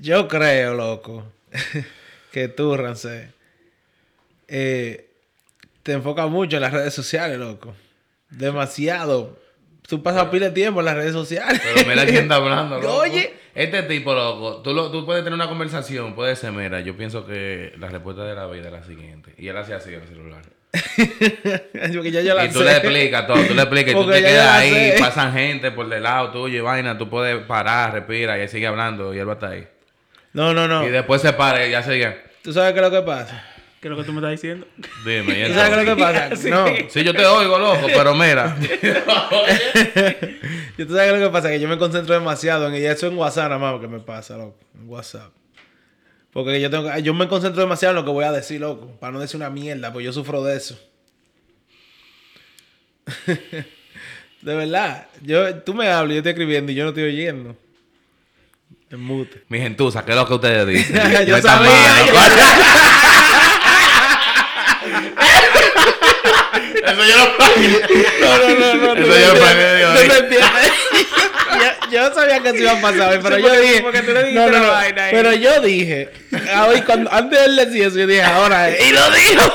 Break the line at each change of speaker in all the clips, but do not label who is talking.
Yo creo, loco, que tú, Rancé, eh, te enfocas mucho en las redes sociales, loco. Demasiado. Tú pasas pila de tiempo en las redes sociales.
Pero mira quién está hablando, loco.
Oye.
Este tipo, loco, tú, lo- tú puedes tener una conversación, puede ser, mira, yo pienso que la respuesta de la vida es la siguiente. Y él hace así en el celular.
Porque ya yo la
Y tú
sé.
le explicas todo, tú le explicas y tú
Porque
te
ya yo
quedas
la
ahí,
sé.
pasan gente por del lado tuyo y vaina, tú puedes parar, respira y él sigue hablando y él va a estar ahí.
No, no, no.
Y después se para y ya sigue.
¿Tú sabes qué es lo que pasa?
¿Qué es lo que tú me estás diciendo?
Dime, y
¿Tú sabes qué es lo que
Sí.
pasa? No.
Sí, yo te oigo, loco, pero mira.
Yo tú sabes lo que pasa, que yo me concentro demasiado en ella. Eso en WhatsApp nada más que me pasa, loco. En WhatsApp. Porque yo tengo que- yo me concentro demasiado en lo que voy a decir, loco. Para no decir una mierda, pues yo sufro de eso. de verdad. Yo, tú me hablas, yo estoy escribiendo y yo no estoy oyendo. En mute.
Mi gentuza, ¿qué es lo que ustedes dicen?
Yo
No está
sabía,
mal,
yo
loco. Eso yo lo
No, no, no, no.
Eso yo lo pagué de hoy.
yo, yo sabía que se iba a pasar hoy, pero
Sí,
yo
porque-
dije.
porque tú le dijiste
no, no,
la
no,
vaina ahí.
Pero yo dije. ah, hoy cuando- antes de él decir eso, yo dije, ahora. eh, Y lo dijo.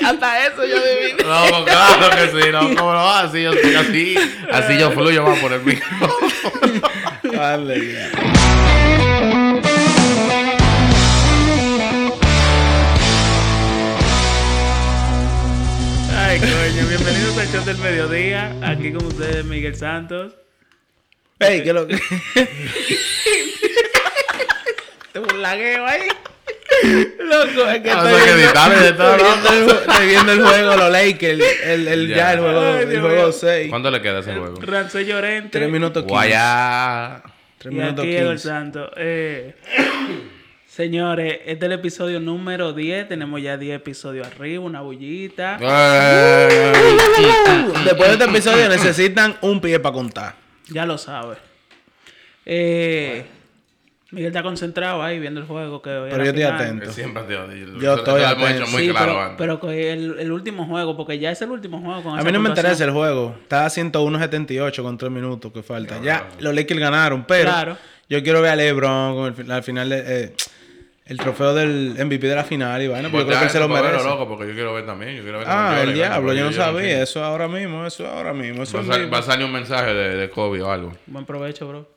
Hasta eso yo viví.
No, claro que sí, no, cómo no, así yo soy así, así yo fluyo más por el micrófono.
Vale, ya.
Ay, coño, bienvenidos al show del mediodía. Aquí con ustedes Miguel Santos.
Ey, que lo que. Te burlagueo ahí. Loco, es que
Ah,
estoy
eso hay que
viendo,
editar,
estoy viendo
editar, loco.
el, ju- estoy viendo el juego, los Lakers, el, el,
Ya.
ya el juego,
Ay,
el
Dios mío.
juego 6.
¿Cuánto le queda ese juego?
Rancé Llorente.
3 minutos 15.
Guayá.
3
Y
minutos
aquí Diego el
15.
Santo. Eh, señores, este es el episodio número 10. Tenemos ya 10 episodios arriba, una bullita.
Uh.
Ey.
Después de este episodio necesitan un pie para contar.
Ya lo sabes. Eh, Miguel está concentrado ahí viendo el juego que hoy
Pero
era
yo estoy
final.
atento.
Él Siempre te odio.
Yo
Eso-
estoy
eso lo hemos
atento.
hecho muy
sí,
claro
pero,
antes.
pero que el, el último juego, porque ya es el último juego con
A
esa
mí no me
puntuación.
interesa el juego. Está a 101.78 con 3 minutos que falta. Ya los Lakers ganaron, pero
Claro.
yo quiero ver a LeBron con el, fin- al final de, eh, el trofeo del MVP de la final y bueno, porque yo creo que él se lo
Pues,
merece.
verlo, loco, porque yo quiero ver también. Yo quiero ver
Ah,
también
el
Jordan,
diablo,
porque
yo no sabía.
entiendo.
Eso ahora mismo, eso ahora mismo, eso
Va a,
en
sal-
vivo.
va a salir un mensaje de, de Kobe o algo.
Buen provecho, bro.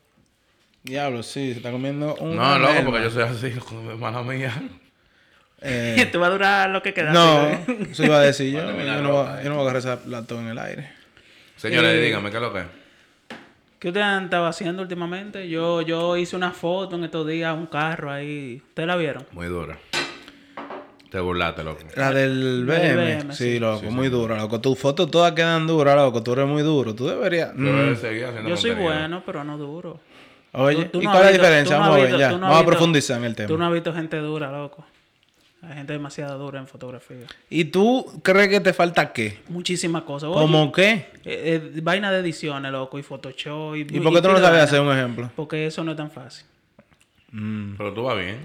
Diablo, sí, se está comiendo un.
No, loco, porque yo soy así, loco, hermana mía.
Eh,
Te va a durar lo que queda.
no,
así, ¿no?
eso iba a decir yo.
Mándame la
Yo no, voy,
ropa,
a- yo no voy a agarrar esa plato en el aire.
Señores,
Eh.
díganme, ¿qué es lo que es?
¿Qué ustedes han estado haciendo últimamente? Yo, yo hice una foto en estos días, un carro ahí. ¿Ustedes la vieron?
Muy dura. Te burlaste, loco.
La del
La Eh, del
BM.
BM,
sí,
sí.
loco, muy duro, loco. Tus fotos todas quedan duras, loco. Tú eres muy duro. Tú deberías.
Yo
Mm.
seguí haciendo
Yo soy
contenido.
bueno, pero no duro.
Oye,
Tú- tú
¿y
no
cuál es la
has visto-
diferencia?
tú no
Vamos a
has
ver,
visto-
ya.
tú no has
Vamos a
visto-
profundizar en el tema.
Tú no has visto gente dura, loco. Hay gente demasiado dura en fotografía.
¿Y tú crees que te falta qué?
Muchísimas cosas. Oye,
¿Cómo qué?
eh, eh, vaina de ediciones, loco, y Photoshop. ¿Y,
¿Y por qué tú no
pila de
sabes
vaina.
hacer un ejemplo?
Porque eso no es tan fácil.
Pero tú vas bien.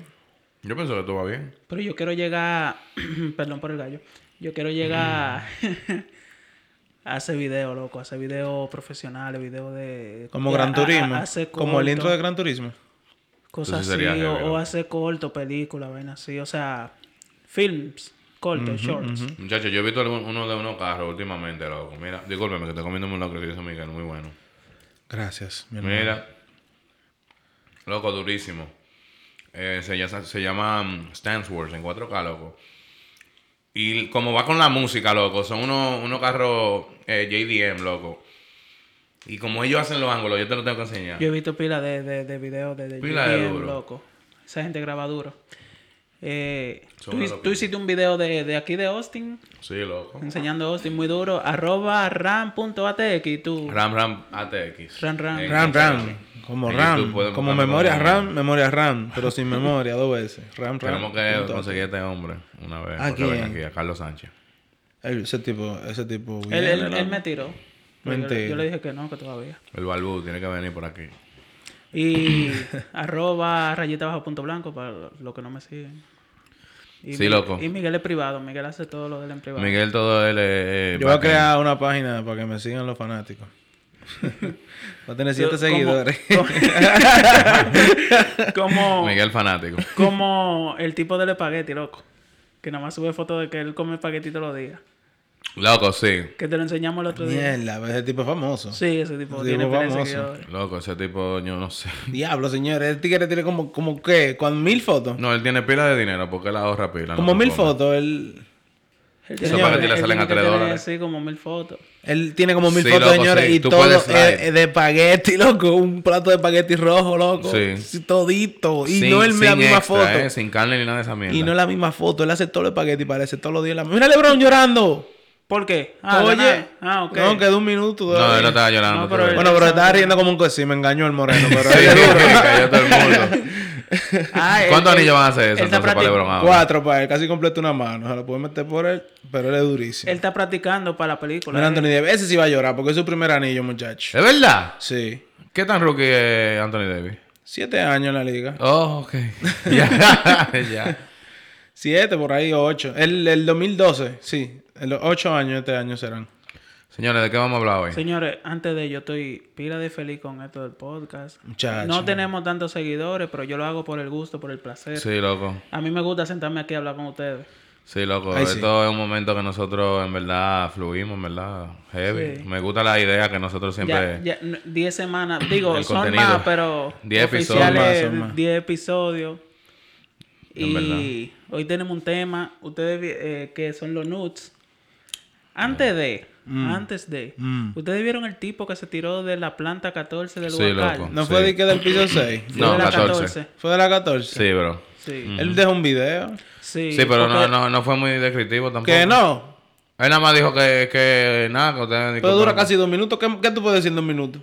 Yo pienso que tú vas bien.
Pero yo quiero llegar. Perdón por el gallo. Yo quiero llegar a hacer video, loco. A hacer video profesionales, video de.
Como
de-
Gran
a- a-
Turismo.
a hacer
Como el
corto,
intro de Gran Turismo.
Cosas
Entonces
así.
sería heavy,
o,
loco.
o hacer corto, película, vaina así. O sea, films, cortos, shorts.
Muchachos, yo he visto algún- uno de unos carros últimamente, loco. Mira, discúlpeme que te comiendo un locro que dice Miguel, muy bueno.
Gracias, mi hermano.
Mira. Loco, durísimo. Eh, se, llama- se llama mm, Stansworth en 4K, loco. Y como va con la música, loco, son unos unos carros eh, JDM, loco. Y como ellos hacen los ángulos, yo te lo tengo que enseñar.
Yo he visto pila de, de, de videos de, de
Pila de
GDM,
duro.
loco. Esa gente graba duro. Eh,
Son
tú,
una
his- tú
locura.
hiciste un video de, de aquí de Austin,
Sí, loco.
enseñando Austin muy duro. Arroba ram.atx tú.
Ram Ram ATX.
Ram, ram.
En
Ram, RAM.
Instagram.
Como
En YouTube
RAM.
podemos
Como
buscarlo
memoria
como
RAM, memoria RAM. Pero sin memoria, dos veces. RAM, RAM.
Tenemos que
punto.
conseguir a este hombre una vez.
¿A
para que venga
quién?
aquí, a Carlos Sánchez.
Ey, Ese tipo, ese tipo.
Él,
viene,
él-
loco.
él me tiró. Pero yo-
Mentira.
Yo le dije que no, que todavía.
El Balbu tiene que venir por aquí.
Y arroba rayita bajo punto blanco para los que no me siguen. Y
Sí,
Mi-
loco.
Y Miguel es privado. Miguel hace todo lo de él en privado.
Miguel, todo él es. eh,
Yo voy a
bacán.
crear una página para que me sigan los fanáticos. Va a tener siete seguidores.
Como,
Miguel fanático.
como el tipo del espagueti, loco. Que nada más sube fotos de que él come espagueti todos los días.
Loco, sí.
Que te lo enseñamos el otro día.
Mierda, pero ese tipo es famoso.
Sí, ese tipo
Ese
tiene
tipo
miles de
famoso.
seguidores.
Loco, ese tipo, yo no sé.
Diablo, señores. El tigre tiene como, como ¿qué? ¿Con mil fotos?
No, él tiene pila de dinero porque él ahorra pila.
como
no
mil
come.
fotos. Él,
Él
Esos
tiene-
espagueti
le
él
salen a
tiene que
tres
tener
dólares.
así como mil fotos.
él tiene como mil
Sí,
fotos,
loco,
señores.
sí.
Y
Tú
todo
puedes
es,
slide.
es de espagueti, loco. Un plato de espagueti rojo, loco.
Sí.
Sí, Todito. Y
Sin-
no es la
sin
misma
extra,
foto.
eh, sin carne ni nada de esa mierda.
Y no es la misma foto. Él hace todo el espagueti y parece todos los días la misma. Mira a LeBron llorando.
¿Por qué? Ah,
Oye.
ganar. Ah, ok.
No, quedó un minuto.
No,
todavía.
él no estaba llorando.
No, pero
tú ves.
Bueno, pero estaba riendo como un cosi. Me engañó el moreno. Pero
Sí,
es duro.
cayó todo el mundo.
Ah, él-
¿Cuántos
él-
anillos van a hacer
él
eso
está
entonces para
practic-
LeBron ahora?
Cuatro para él. Casi completo una mano. Se lo puede meter por él. Pero él es durísimo.
Él está practicando para la película.
Mira,
eh.
Anthony Davis. Ese sí va a llorar porque es su primer anillo, muchacho.
¿Es verdad?
Sí.
¿Qué tan rookie es Anthony Davis?
Siete años en la liga.
Oh, ok. Ya, ya.
Siete por ahí, o ocho. El, el 2012, sí. El- Los ocho años este año serán.
Señores, ¿de qué vamos a hablar hoy?
Señores, antes de yo estoy pila de feliz con esto del podcast.
Muchacho.
No tenemos tantos seguidores, pero yo lo hago por el gusto, por el placer.
Sí, loco.
A mí me gusta sentarme aquí a hablar con ustedes.
Sí, loco.
Ay, sí.
Esto es un momento que nosotros en verdad fluimos, en verdad. Heavy.
Sí.
Me gusta la idea que nosotros
Ya,
siempre...
ya, n- 10 semanas, digo,
El
son
contenido.
más, pero
10 episodios.
oficiales,
Son más, son más.
10 episodios.
En
Y hoy tenemos un tema, ustedes vi- eh, que son los nudes. Antes de, antes de,
Mm.
ustedes vieron el tipo que se tiró de la planta 14 del
Sí,
Huacal?
loco.
No
Sí.
fue de que del piso 6.
No,
de la
14.
Fue de la 14.
Sí, bro.
Sí.
Él dejó un video.
Sí,
Sí, pero no,
porque-
no, no fue muy descriptivo tampoco.
Que no.
Él nada más dijo que, que nada, que ustedes
Pero
disculpen.
dura casi dos minutos. ¿Qué, qué tú puedes decir en dos minutos?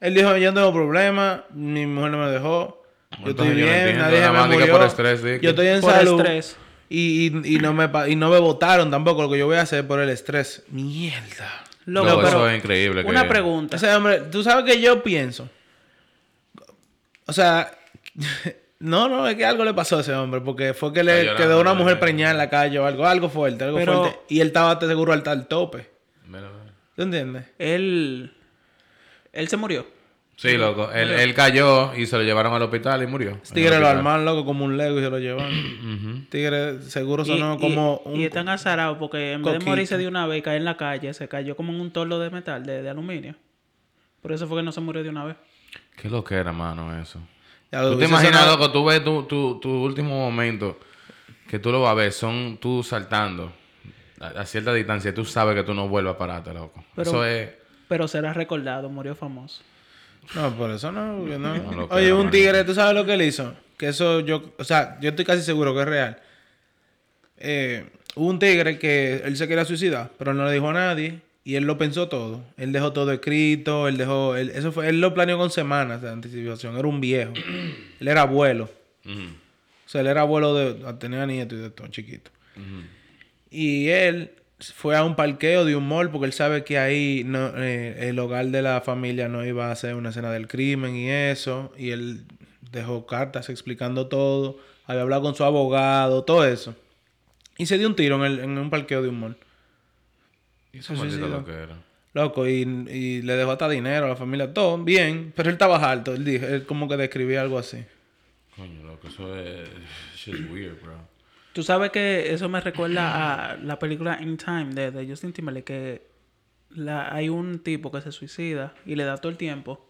Él dijo, yo no tengo problema. Mi mujer no me dejó. Yo
Entonces,
estoy
yo no
bien.
entiendo,
nadie
nada
me
más diga
murió.
por estrés, sí, que-
yo estoy en
Por
salud.
estrés.
Y, y, y no me, pa- y no me votaron tampoco. Lo que yo voy a hacer por el estrés. Mierda.
Loco,
Loco,
pero
eso es increíble. que-
una pregunta.
O sea, hombre, tú sabes que yo pienso. O sea, no, no, es que algo le pasó a ese hombre, porque fue que le
Está llorando,
quedó una
¿no?
mujer preñada en la calle o algo, algo fuerte, algo
Pero-
fuerte. Y él estaba te seguro al tal tope.
Mira, mira.
¿Tú entiendes?
Él, él se murió.
Sí, loco. Él, él cayó y se lo llevaron al hospital y murió. En el
Tigre lo
hospital.
armaron loco como un lego y se lo llevan.
Ujú.
Tigre seguro
Y,
sonó
y-
como
y
un.
están azarados porque en vez de
coquito.
morirse de una vez y caer en la calle, se cayó como en un torno de metal, de, de aluminio. Por eso fue que no se murió de una vez.
Qué lo que era, mano, eso.
Ya,
¿Tú te
hubiese
imaginas,
sonado-
loco? Tú ves tu, tu, tu último momento que tú lo vas a ver, son tú saltando a, a cierta distancia. Tú sabes que tú no vuelves a pararte, loco.
Pero-
Eso es.
Pero será recordado, murió famoso.
No, por eso no. yo no.
No, loco,
Oye,
era
un
una
tigre, ¿tú sabes lo que él hizo? Que eso yo, o sea, yo estoy casi seguro que es real. Eh, hubo un tigre que él se quería suicidar, pero no le dijo a nadie y él lo pensó todo. Él dejó todo escrito, él dejó, él, eso fue, él lo planeó con semanas de anticipación. Era un viejo, él era abuelo.
Ujú.
O sea, él era abuelo de. ah, tenía nieto y de todo, chiquito. Y él fue a un parqueo de un mall porque él sabe que ahí no, eh, el hogar de la familia no iba a ser una escena del crimen y eso. Y él dejó cartas explicando todo. Había hablado con su abogado, todo eso. Y se dio un tiro en, el- en un parqueo de un mall.
Y eso
Se
maldito
suicidó.
lo que era.
Loco, y, y le dejó hasta dinero a la familia, todo bien. Pero él estaba alto, él, dijo, él como que describía algo así.
Coño, loco, eso es. Shit's weird, bro.
Tú sabes que eso me recuerda a la película In Time de, de Justin Timberlake, que la, hay un tipo que se suicida y le da todo el tiempo.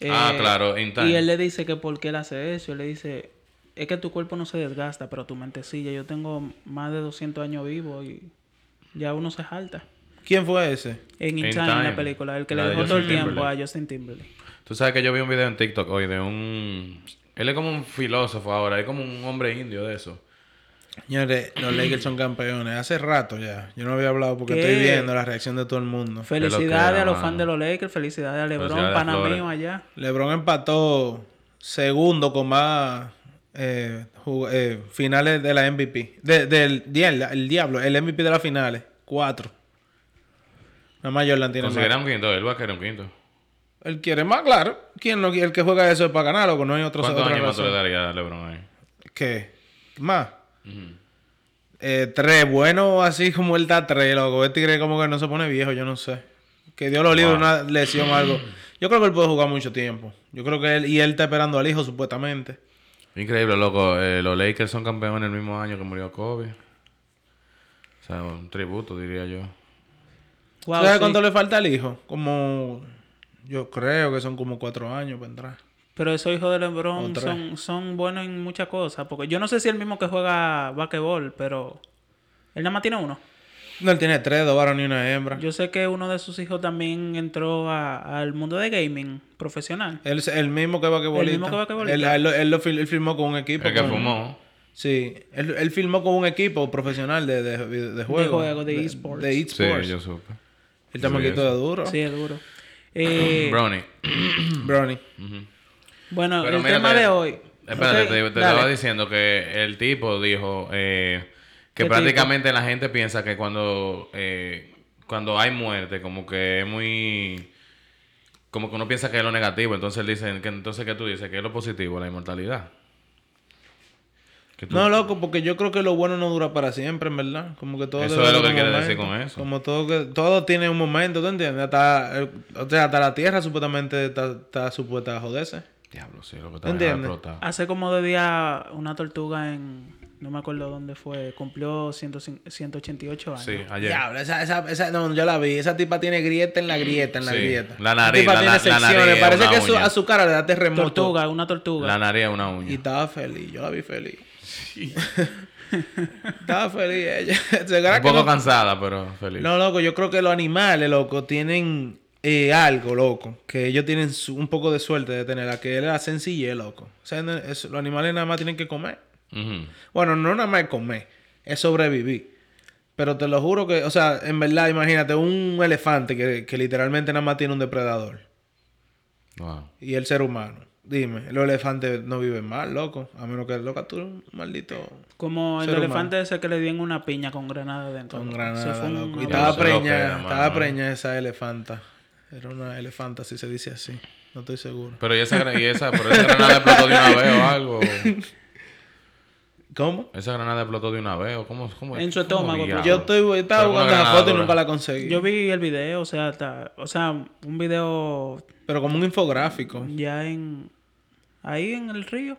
Eh,
Ah, claro, In Time.
Y él le dice que por qué él hace eso. Él le dice, es que tu cuerpo no se desgasta, pero tu mente sí. Ya yo tengo más de 200 años vivo y ya uno se jalta.
¿Quién fue ese?
En In,
In
Time,
Time,
la película, el que
la
le
de
dejó todo el
Justin
tiempo a
Timberlake.
Justin Timberlake.
Tú sabes que yo vi un video en TikTok hoy de un... Él es como un filósofo ahora, es como un hombre indio de eso.
Señores, los Lakers son campeones. Hace rato ya. Yo no había hablado porque
¿Qué?
estoy viendo la reacción de todo el mundo.
Felicidades
era,
a los
mano.
fans de los Lakers, felicidades a LeBron,
Felicidades,
pana
Flores.
mío allá.
LeBron empató segundo con más eh, jug- eh, finales de la MVP. De- del diablo, el diablo, el MVP de las finales. Cuatro. Nada más Jordan tiene
Conseguirá
más.
un quinto, él va a querer un quinto.
Él quiere más, claro. ¿Quién no, qui- el que juega eso es para ganar, loco. No hay otro
¿Cuántos
otra
años más tú
razón.
le darías a LeBron ahí?
¿Qué? ¿Más? Eh, tres. Bueno, así como él da tres, loco. Este tigre como que no se pone viejo, yo no sé. Que Dios lo libre de
Wow.
una lesión o algo. Yo creo que él puede jugar mucho tiempo. Yo creo que él y él está esperando al hijo, supuestamente.
Increíble, loco. Eh, los Lakers son campeones el mismo año que murió Kobe. O sea, un tributo, diría yo.
¿Tú
Wow,
¿Sabes
sí.
cuánto le falta al hijo? Como. Yo creo que son como cuatro años para entrar.
Pero esos hijos de LeBron
Otra.
son, son buenos en muchas cosas. Porque yo no sé si el mismo que juega basquetbol, pero él nada más tiene uno.
No, él tiene tres, dos varones y una hembra.
Yo sé que uno de sus hijos también entró a- al mundo de gaming profesional.
Él es el mismo que vaquebolista.
El mismo que vaquebolista.
Él, a él lo- él lo fil- él firmó con un equipo.
El que
con-
fumó.
Sí. Él, él firmó con un equipo profesional de, de, de, juego.
juego, de esports.
De
Sí,
esports.
yo supe.
El chamaquito de duro. Mm.
Sí, es duro. Eh,
Brownie.
Brownie.
bueno,
Pero
el
mira,
tema
espérate.
de hoy.
Espérate, te,
Ok,
te
dale.
estaba diciendo que el tipo dijo eh, que
¿Qué
prácticamente la gente piensa que cuando, eh, cuando hay muerte, como que es muy... Como que uno piensa que es lo negativo. Entonces dicen que entonces ¿qué tú dices? Que es lo positivo, la inmortalidad. Que tú-
No, loco, porque yo creo que lo bueno no dura para siempre, en verdad. Como que todo
Eso
debe
es lo
haber
que
un
quiere decir
momento.
con eso.
Como todo que todo tiene un momento, ¿tú entiendes? Hasta, el- o sea, hasta la tierra supuestamente está, está supuesta a joderse.
Diablo, sí, lo que está
¿Entiendes? Ah,
explotado.
Hace como dos días una tortuga en... No me acuerdo dónde fue. Cumplió 105 188 años.
Sí, ayer.
Diablo, esa, esa, esa, no, yo la vi. Esa tipa tiene grieta en la grieta, en la
Sí.
grieta.
La nariz,
tipa
la na- la nariz,
Parece
una
que su-
uña.
a su cara le da terremoto.
Tortuga, una tortuga.
La nariz es una
Y
uña.
estaba feliz, yo la vi feliz. estaba feliz ella. Segura
Un
que
poco
no-
cansada, pero feliz.
No, loco, yo creo que los animales, loco, tienen eh, algo, loco. Que ellos tienen su- un poco de suerte de tenerla, que es la sencillez, loco. O sea, no- es- los animales nada más tienen que comer.
Ujú.
Bueno, no nada más es comer, es sobrevivir. Pero te lo juro que, o sea, en verdad, imagínate un elefante que, que literalmente nada más tiene un depredador.
Wow.
Y el ser humano. Dime, los elefantes no viven mal, loco. A menos que, loca, tú, un maldito.
Como el
Ser
elefante ese que le dieron una piña con granada dentro.
Con
Se
granada,
fue un-
loco. Y
Ya
estaba
se lo
preñada,
queda,
estaba
mano.
preñada esa elefanta. Era una elefanta, si se dice así. No estoy seguro.
Pero y esa, gra- y esa, pero esa granada explotó de una vez o algo.
¿Cómo?
Esa granada explotó de una vez o cómo, cómo
En su
cómo
estómago,
diablo?
pues. Yo estoy, yo estaba
Pero
buscando
una
esa foto y
ganadora.
nunca la conseguí.
Yo vi el video, o sea, ta- o sea, un video
Pero como un infográfico.
ya en ahí en el río.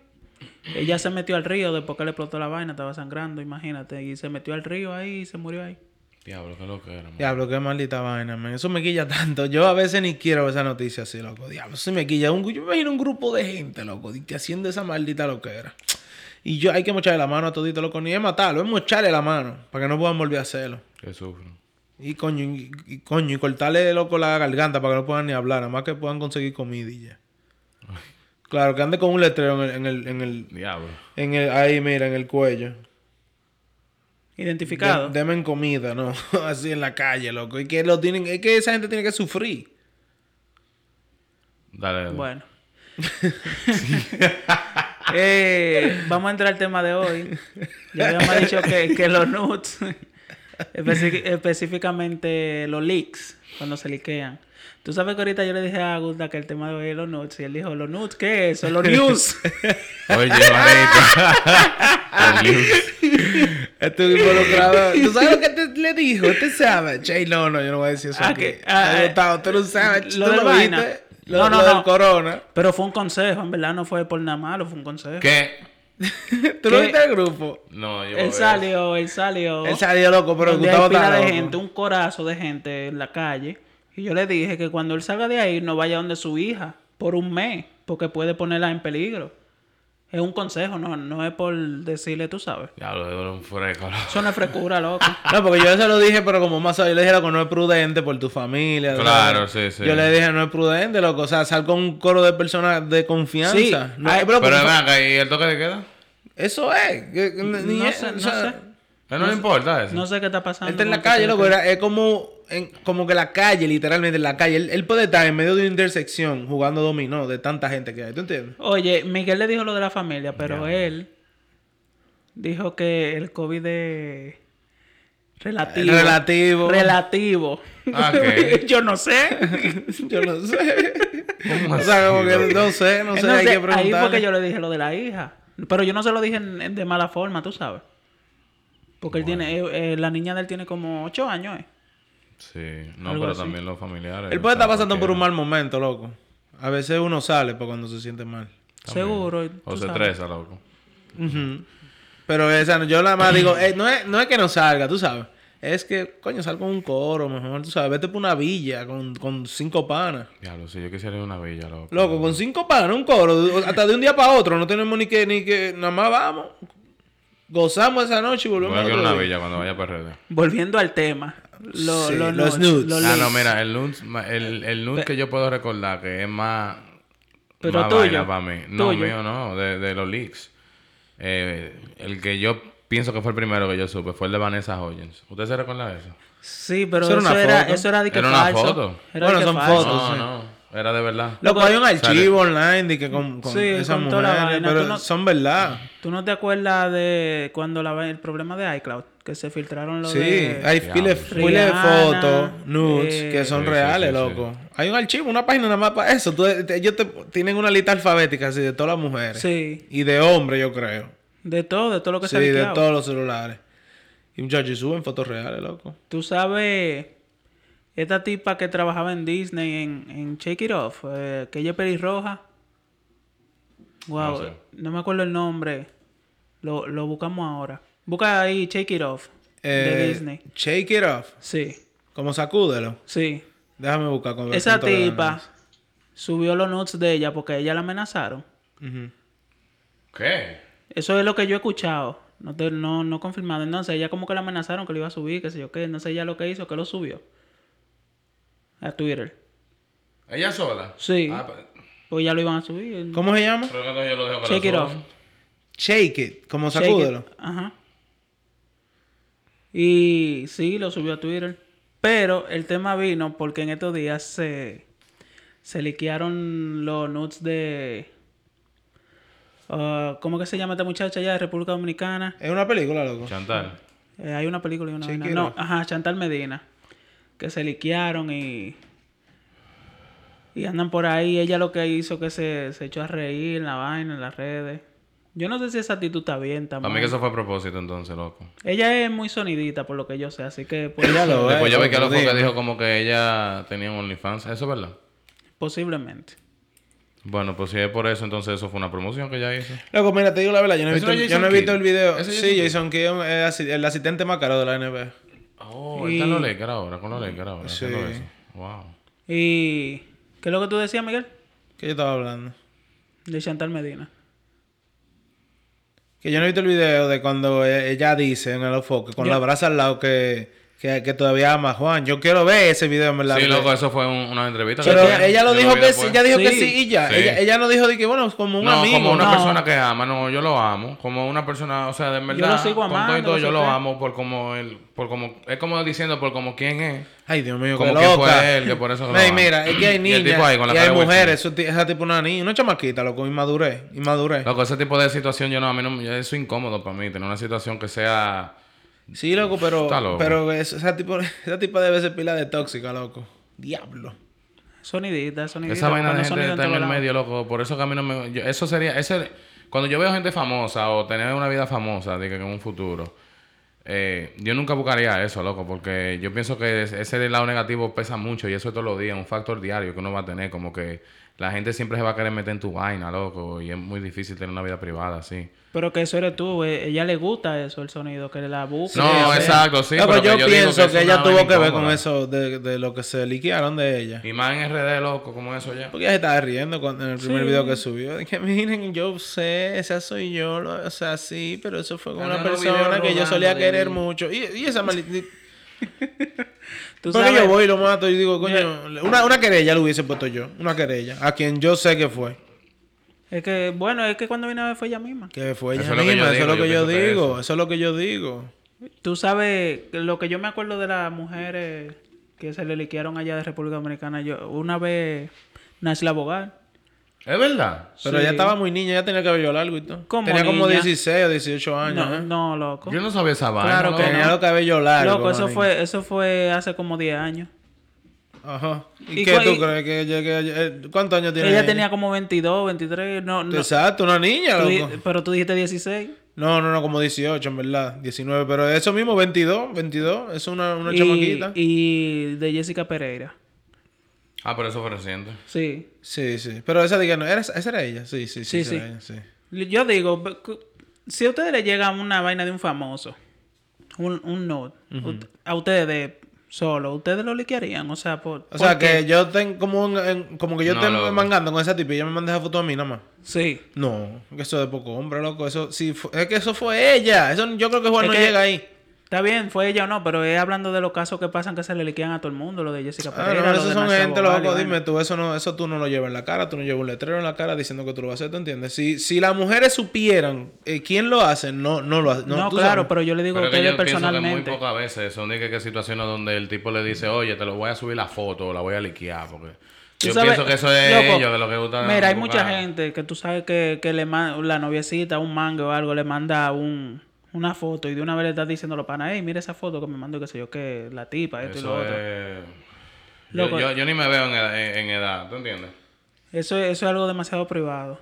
Ella se metió al río después que le explotó la vaina, estaba sangrando, imagínate, y se metió al río ahí y se murió ahí.
Diablo, qué loco era. man.
Diablo, qué maldita vaina, man. Eso me quilla tanto. Yo a veces ni quiero ver esa noticia así, loco. Diablo, eso me quilla. Un, yo me imagino un grupo de gente, loco, di- que haciendo esa maldita loquera. Y yo, hay que mocharle la mano a todito, loco. Ni es matarlo, es mocharle la mano. Para que no puedan volver a hacerlo.
Que sufro.
Y coño, y, y coño, y cortarle loco la garganta para que no puedan ni hablar, nada más que puedan conseguir comida y ya. Claro, que ande con un letrero en el, en el, en el,
Diablo.
en el- ahí, mira, en el cuello.
Identificado.
De- deme en comida, ¿no? Así en la calle, loco. Y que lo tienen, es que esa gente tiene que sufrir.
Dale. dale.
Bueno. Eh, vamos a entrar al tema de hoy. Ya habíamos dicho que, que los nudes, especi- específicamente los leaks, cuando se liquean. Tú sabes que ahorita yo le dije a Gusta que el tema de hoy es los nudes. Y él dijo, ¿los nudes qué es? Son los news.
Oye, manito. El news.
Estoy involucrado. ¿Tú sabes lo que te, le dijo? Este savage. Ey, no, no, yo no voy a decir eso.
Ah,
aquí.
que- ah,
Ay, Gustavo, tú eres un savage.
lo
¿Tú
del
lo
vaina.
viste?
No,
Lo-
no,
lo del
no.
corona.
Pero fue un consejo, en verdad no fue por nada malo, fue un consejo.
¿Qué?
¿Tú lo
¿Qué?
viste del grupo?
No, yo.
Él salió, él salió.
Él salió loco, pero
Oh. donde
Gustavo
hay pila
está
de
loco.
gente, un corazo de gente en la calle. Y yo le dije que cuando él salga de ahí no vaya donde su hija por un mes, porque puede ponerla en peligro. Es un consejo, no, no es por decirle, tú sabes.
Diablo, de un fresco. loco.
Eso no es frescura, loco.
No, porque yo se lo dije, pero como más sabio, yo le dije, loco, no es prudente por tu familia. ¿sabes?
Claro, sí, sí.
Yo le dije, no es prudente, loco. O sea, sal con un coro de personas de confianza.
Sí. ah,
No,
Ay,
pero,
Pero ven acá, ¿y el toque de queda? Eh,
eso es. que- que ni- ni
no
es,
sé,
o
no
sea,
sé.
A él no le importa eso.
No sé qué está pasando.
Él está en la
con
calle,
esta
loco.
gente.
era- es como, en- como que la calle, literalmente, en la calle. Él, él puede estar en medio de una intersección jugando dominó de tanta gente que hay. ¿Tú entiendes?
Oye, Miguel le dijo lo de la familia, pero
Ya.
él dijo que el COVID es relativo.
Relativo.
Relativo.
Ah, ok.
Yo no sé.
yo no sé.
¿Cómo
o sea, como
así,
que
loco?
no sé, no sé. hay
Entonces,
que
Eh, ahí
preguntar.
fue que yo le dije lo de la hija. Pero yo no se lo dije en- en- de mala forma, tú sabes. Porque él tiene, eh, eh, la niña de él tiene como 8 años, ¿eh?
Sí. No,
Algo
pero
así.
también los familiares.
Él puede estar
¿sabes?
pasando por
Porque
un mal momento, loco. A veces uno sale para cuando se siente mal.
también.
Seguro, y
O
tú
se
sabes.
estresa, loco.
Ujú. Pero esa, yo nada más digo, eh, no, es, no es que no salga, tú sabes. Es que, coño, sal con un coro, mejor, tú sabes. Vete por una villa con, con cinco panas.
Diablo, si yo quisiera ir a una villa, loco.
Loco, con cinco panas, un coro, hasta de un día para otro. No tenemos ni que, ni que, nada más vamos. Gozamos esa noche y volvemos.
Voy a ir a
otro
una
día.
villa cuando vaya para RD.
Volviendo al tema. Lo-
Sí,
lo
los
nudes,
nudes.
lo
Ah, no,
leaks.
mira, el nude, ma- el, el nude que yo puedo recordar que es más,
Pero
más
tuyo,
vaina para mí. No,
tuyo.
mío no, de, de los leaks. Eh, el que yo pienso que fue el primero que yo supe fue el de Vanessa Hoyens. ¿Usted se recuerda de eso?
Sí, pero
Eso
eso,
era una
era,
foto.
eso era de que
Era una
falso.
foto.
Era
Bueno,
de que
son
falso.
fotos.
No,
sí.
no, era de verdad.
Loco, hay un archivo online de que con, con
Sí,
esas
con toda la
mujeres,
vaina,
pero
tú no-
son verdad.
¿Tú no te acuerdas de cuando la, el problema de iCloud? Que se filtraron los
Sí,
de...
hay
Diablo.
pile, pile de
Rihanna,
fotos, nudes,
eh,
que son
Sí, sí,
reales,
sí, sí.
loco. Hay un archivo, una página nada más para eso. Tú- te- ellos te- tienen una lista alfabética así de todas las mujeres.
Sí.
Y de hombres, yo creo.
De todo, de todo lo que
Sí,
se ha
de
liqueado.
todos los celulares. Y muchachos, y suben fotos reales, loco.
Tú sabes, esta tipa que trabajaba en Disney, en, en Shake It Off, eh, que ella es pelirroja. Wow,
No
no,
sé.
me acuerdo el nombre. Lo, lo buscamos ahora. Busca ahí Shake It Off de
Eh,
Disney.
Shake it off.
Sí,
Como sacúdelo.
sí.
Déjame buscar con
Esa
con todas las
tipa
ganas.
subió los notes de ella porque ella la amenazaron.
Ujú.
¿Qué?
Eso es lo que yo he escuchado. No, te- no, no confirmado. Entonces, ella como que la amenazaron que lo iba a subir, qué sé yo qué. Entonces, ella lo que hizo, que lo subió. A Twitter.
¿Ella sola?
Sí.
Ah, pero-
Pues ya lo iban a subir.
¿Cómo se llama?
pero entonces yo lo dejo para
Shake it
sola.
off.
Shake it. Como
Shake it.
sacúdelo.
Ajá. Y sí, lo subió a Twitter. Pero el tema vino porque en estos días se, se liquearon los nudes de... ah, ¿Cómo que se llama esta muchacha ya de República Dominicana?
Es una película, loco.
Chantal.
Eh, hay una película y una vaina.
Shakira.
No, ajá, Chantal Medina. Que se liquearon y. Y andan por ahí. Ella lo que hizo que se, se echó a reír en la vaina, en las redes. Yo no sé si esa actitud está bien
Para
también.
mí que eso fue a propósito entonces, loco.
Ella es muy sonidita, por lo que yo sé, así que por
Ella
eso-
lo es.
Después yo vi
eso
que
te
loco que
digo.
dijo como que ella tenía un OnlyFans. ¿Eso es verdad?
posiblemente.
Bueno, pues si es por eso, entonces eso fue una promoción que ella hizo.
Loco, mira, te digo la verdad, yo no he
¿Eso
visto,
era
yo no he
Jason
visto el
Kidd?
video.
¿Eso es
sí, Jason
Jason
Kidd es asi- el asistente más caro de la NBA.
Oh, él está en los Lakers ahora, con los Lakers ahora.
Sí.
haciendo eso. Wow.
¿Y qué es lo que tú decías, Miguel?
Que yo estaba hablando.
De Chantal Medina.
Que yo no he visto el video de cuando e- ella dice en el enfoque, con
Yo-
la brasa al lado, que, que, que todavía ama a Juan. Yo quiero ver ese video, en verdad.
Sí,
porque-
loco, eso fue un- una entrevista.
Pero
que-
ella lo
yo
dijo
vi
que sí,
después.
ella dijo que
Sí.
sí y ya.
Sí.
Ella, ella no dijo de que, bueno, como un
no,
amigo.
como una
no.
persona que ama, no, yo lo amo. Como una persona, o sea, de verdad.
lo sigo
con todo y
amando,
todo,
no
yo
sé
lo
qué.
amo por como él, por como, es como diciendo por como quién es.
Ay, Dios mío,
Como
qué
que
loca.
fue él, que por eso lo
Ey,
ama.
mira, es que
Y
hay
el
niñas y,
tipo ahí con la
hay
cara de
mujeres. eso ti- Esa tipo una niña, una chamaquita, loco, inmadurez. Inmadurez.
Loco, ese tipo de situación, yo no, a mí no, me- eso es incómodo para mí, tener una situación que sea.
Sí, loco, pero.
Está loco.
Pero es- esa tipo, esa tipa debe ser pila de tóxica, loco. Diablo.
Sonidita, sonidita.
Esa vaina de
poniendo
gente
sonido en
está en
todos
el
lados.
medio, loco. Por eso que a mí no me. yo- eso sería. Ese, cuando yo veo gente famosa o tener una vida famosa, diga que en un futuro, eh, yo nunca buscaría eso, loco, porque yo pienso que es- ese lado negativo pesa mucho y eso es todos los días, un factor diario que uno va a tener. Como que la gente siempre se va a querer meter en tu vaina, loco, y es muy difícil tener una vida privada así.
Pero que eso eres tú. eh, Ella le gusta eso, el sonido, que la busca.
no,
o sea,
exacto, sí.
loco,
pero
yo,
que digo
pienso que,
es una
ella tuvo
vaina
que ver
incómoda.
con eso de, de lo que se liquearon de ella.
Y más en RD, loco, como eso ya.
Porque ella se estaba riendo cuando, en el primer
Sí.
video que subió. De que miren, yo sé, esa soy yo, lo- o sea, sí, pero eso fue con
Ah,
una
no, los
persona
videos
que yo solía
robando de
querer
mí.
mucho. Y, y esa maldita.
tú
Porque
sabes-
yo voy y lo mato y digo, coño, una, una querella lo hubiese puesto yo. Una querella. A quien yo sé que fue.
Es que, bueno, es que cuando vino a ver fue ella misma.
Que fue ella
Eso es lo que yo
misma, eso es
digo,
lo que
yo
yo
pienso que
digo.
eso.
Eso es lo que yo digo.
Tú sabes, que lo que yo me acuerdo de las mujeres que se le liquearon allá de República Dominicana, yo una vez Nachla Bogar.
Es verdad.
Pero
Sí.
ella estaba muy niña, ella tenía el cabello largo y todo.
¿Cómo
tenía como
niña?
16 o 18 años.
No,
¿eh?
no, loco.
Yo no sabía esa vaina.
Claro
loco.
que
tenía
no.
el cabello largo.
loco, eso
manín.
fue, eso fue hace como 10 años.
Ajá. ¿Y,
¿Y
qué
cuál-
tú
y-
crees? que, ella- que ella- eh, ¿Cuántos años tiene?
Ella tenía como 22, 23, no, no.
Exacto, una niña,
Tú
loco.
di- pero tú dijiste 16.
No, no, no, como 18, en verdad. 19, pero eso mismo, 22, 22. Es una, una
y,
chamaquita.
y de Jessica Pereira.
Ah, pero eso fue reciente.
Sí.
Sí, sí. Pero esa, diga, no, ¿era, esa era ella. Sí, sí, sí.
Sí,
esa
sí.
era ella, sí.
Yo digo, si a ustedes les llega una vaina de un famoso, un, un note, ut- a ustedes de solo, ¿ustedes lo liquearían? O sea, por,
O sea,
¿por qué?
que yo tengo como, un- en- como que yo
No,
estoy
loco.
mangando con esa tipa y ella me manda esa foto a mí nada más.
Sí.
No, que eso de poco hombre, loco. Eso, sí, fu- es que eso fue ella. Eso yo creo que Juan
Es
no
que-
llega ahí.
Está bien, fue ella o no, pero es hablando de los casos que pasan que se le liquean a todo el mundo, lo de Jessica
Ah,
Pereira.
no,
lo
esos
de
son
Nacha
gente,
Boval y
loco.
vaina.
Dime tú, eso no, eso tú no lo llevas en la cara, tú no llevas un letrero en la cara diciendo que tú lo vas a hacer, ¿tú entiendes? Si, si las mujeres supieran eh, quién lo hace, no, no lo hace.
No,
No, tú
claro,
sabes.
pero yo le digo
Pero
a
es que
ustedes
yo pienso que muy
personalmente.
pocas veces son de que, que situaciones donde el tipo le dice, oye, te lo voy a subir la foto o la voy a liquear. Porque
Tú
yo
sabes,
pienso que eso es
loco,
ellos, que lo que gustan.
Mira, hay
buscar.
mucha gente que tú sabes que, que le man- la noviecita, un mango o algo, le manda un, una foto y de una vez le estás diciendo a los panas, hey, mira esa foto que me mandó, qué sé yo, que la tipa, esto y lo
Eso
otro.
es... yo-
Loco.
Yo, yo ni me veo en edad, en, en edad, ¿tú entiendes?
Eso, es- eso es algo demasiado privado.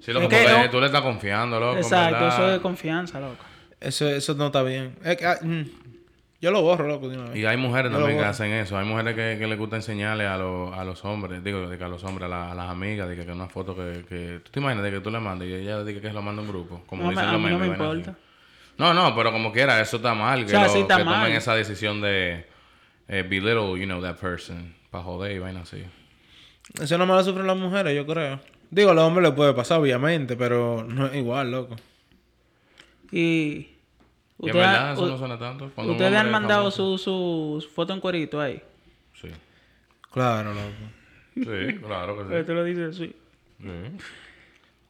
Sí, loco,
Es que
porque
no-
tú le estás confiando, loco. en
Exacto,
verdad.
eso es confianza, loco.
Eso, eso no está bien. Es que, ah, mm, yo lo borro, loco, de una vez.
Y hay mujeres
Yo lo
también que
borro.
hacen eso. Hay mujeres que, que les gusta enseñarle a, los- a los hombres, digo, de que a los hombres, a, la- a las amigas, de que, que una foto que, que... ¿Tú te imaginas de que tú le mandas y ella dice que lo manda a un grupo? Como
No me-
dicen
a
los
mí no
memes,
me
y vainas así.
importa.
No, no, pero como quiera, eso está mal. Que,
O sea,
lo-
sí está
que
mal.
tomen esa decisión de eh, belittle, you know, that person. Para joder y vaina así.
Eso nomás lo sufren las mujeres, yo creo. Digo, a los hombres les puede pasar, obviamente, pero no es igual, loco.
Y.
Y en
ustedes-
verdad, eso
u-
no suena tanto. Cuando un
ustedes
hombre
han
es
mandado
famoso-
sus su su foto en cuerito ahí.
Sí.
Claro, loco.
Sí, claro que sí.
Pero tú lo dices, sí.
Sí.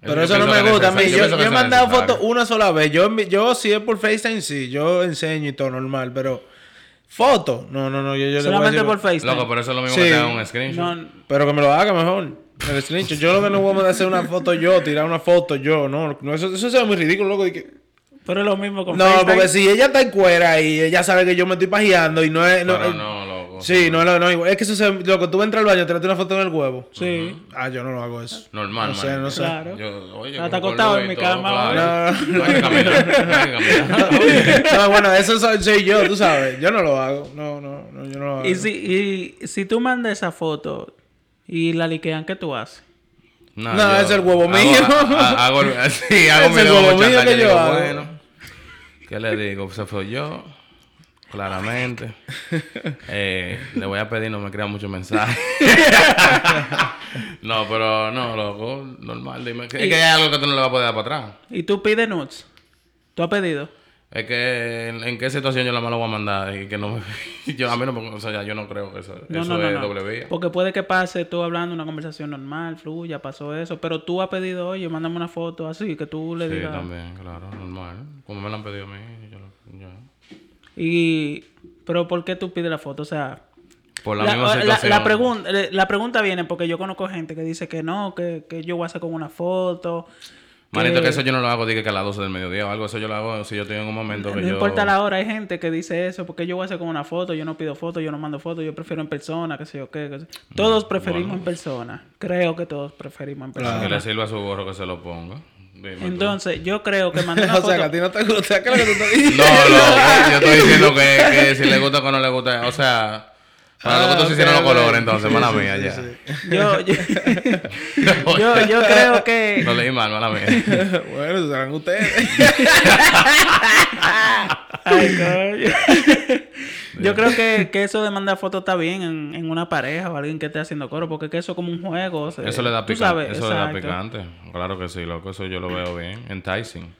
Pero
yo
eso no
pienso
me
que
gusta a
neces-
mí. Yo,
pienso
yo
que
he
eso es
mandado
necesario.
fotos una sola vez. Yo, yo si es por FaceTime, sí. Yo enseño y todo normal, pero... Foto. No, no, no. Yo, yo le voy a
Solamente
decir-
por FaceTime.
Loco, pero eso es lo mismo
Sí.
que te haga un screenshot.
No,
Pero que me lo haga mejor. El screenshot. Yo lo que no voy a mandar es hacer una foto yo, tirar una foto yo. No, no eso, eso se ve muy ridículo, loco. de que-
pero es lo mismo con
No,
FaceTime.
porque si ella está en cuera y ella sabe que yo me estoy pajeando y no es... No,
Pero
eh,
no, loco.
Sí, no, no, no. igual. Es que eso se... Loco, tú entras al baño, te das una foto en el huevo.
Sí.
Ah, yo no lo hago eso.
Normal,
No sé,
man.
no sé.
Claro.
Yo, oye,
Hasta
como
acostado
con
en mi
Luis y todo,
cama,
claro.
ahora.
No hay que caminar, no hay que caminar.
No, bueno, eso soy, soy yo, tú sabes. Yo no lo hago. No, no, no yo no lo hago.
Y si, y si tú mandas esa foto y la liquean, ¿qué tú haces?
No,
No,
yo
es el huevo
hago-
mío.
ha- Hago, el- sí, hago
Es
mi
el
huevo
huevo mío
chacal,
que
yo
yo
digo,
hago.
Bueno, ¿qué le digo? Se fue yo, claramente. Eh, le voy a pedir, no me crea mucho mensaje. no, pero no, loco, normal. Dime. Es que
Y-
hay algo que tú no le vas a poder dar para atrás.
Y tú pides nudes. ¿Tú has pedido?
Es que en, en qué situación yo la más lo voy a mandar y que no me- yo a mí no me- o sea, ya yo no creo que eso,
No,
eso
no, no,
es
no.
doble vía.
Porque puede que pase tú hablando una conversación normal, fluya, pasó eso. Pero tú has pedido, oye, mándame una foto así, que tú le
Sí,
digas.
también, claro, normal. Como me lo han pedido a mí, yo, lo- yo.
Y, pero ¿por qué tú pides la foto? O sea,
Por la,
la,
misma
la-
situación.
la pregunta, la pregunta viene porque yo conozco gente que dice que no, que, que yo voy a hacer con una foto.
Manito, que eso yo no lo hago, dije que a las 12 del mediodía o algo. Eso yo lo hago si yo estoy en un momento que
No
yo...
importa la hora, hay gente que dice eso, porque yo voy a hacer con una foto, yo no pido foto, yo no mando foto, yo prefiero en persona, qué sé yo qué. qué sé-
Mm,
Todos preferimos en persona. Creo que todos preferimos en persona.
Que le sirva a su gorro que se lo ponga. Dime tú.
Entonces, yo creo que mandar una
o
foto...
sea, que a ti no te gusta. ¿Qué es lo que tú estás
No, no, yo estoy diciendo que, que si le gusta o que no le gusta. O sea, para lo que tú
Ah,
se hicieron
ok,
los
ok.
colores, entonces, mala
Sí, sí,
mía,
sí,
ya.
sí.
Yo, yo, yo, yo creo que...
Lo leí mal, mala mía.
bueno, eso serán ustedes.
Ay, coño. Yo creo que, que eso de mandar fotos está bien en, en una pareja o alguien que esté haciendo coro, porque que eso es como un juego. o sea,
Eso le da
tú
picante.
sabes,
Eso le da
exacto.
picante. Claro que sí, loco. Eso yo lo veo bien. Enticing.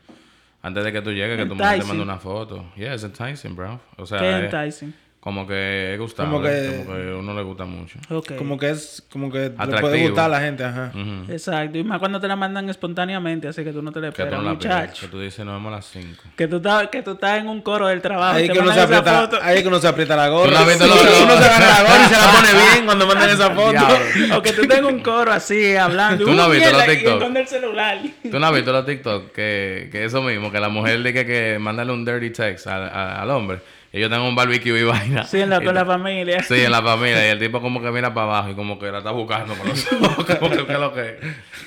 Antes de que tú llegues, que tu mujer te
Enticing.
mande una foto. Yeah, it's enticing, bro. O sea,
Qué
es
enticing.
como que es gustable. Como
Como
que...
que-
a uno le gusta mucho.
Ok.
Como que es... Como que le puede
Atractivo. Mm.
gustar a la gente, ajá.
Ujú.
Exacto, y más cuando te la mandan espontáneamente, así que tú no te la
Que tú
esperas,
no la pides.
muchacho.
Que tú dices, nos vemos a las 5.
Que tú, estás, que tú estás en un coro del trabajo.
Ahí
Ah, te
que, uno se
mandan esa
aprieta,
foto.
ahí es que uno se aprieta la gorra.
Tú no has visto
Uno
los-
se- uno se agarra la gorra y se la pone bien cuando mandan esa foto.
Diablo.
O que tú tengas un coro así, hablando.
Tú no has
"Uy,
visto los
mierda",
TikTok.
Y esconde el celular.
¿Tú no has visto los TikTok? Que, que eso mismo, que la mujer dice que, que mándale un dirty text al, a- al hombre. Ellos tienen un barbecue y vaina.
Sí, en la,
Y
con la
ta-
familia.
Sí, en la familia. Y el tipo como que mira para abajo y como que la está buscando con los ojos. Como que, ¿qué es lo que?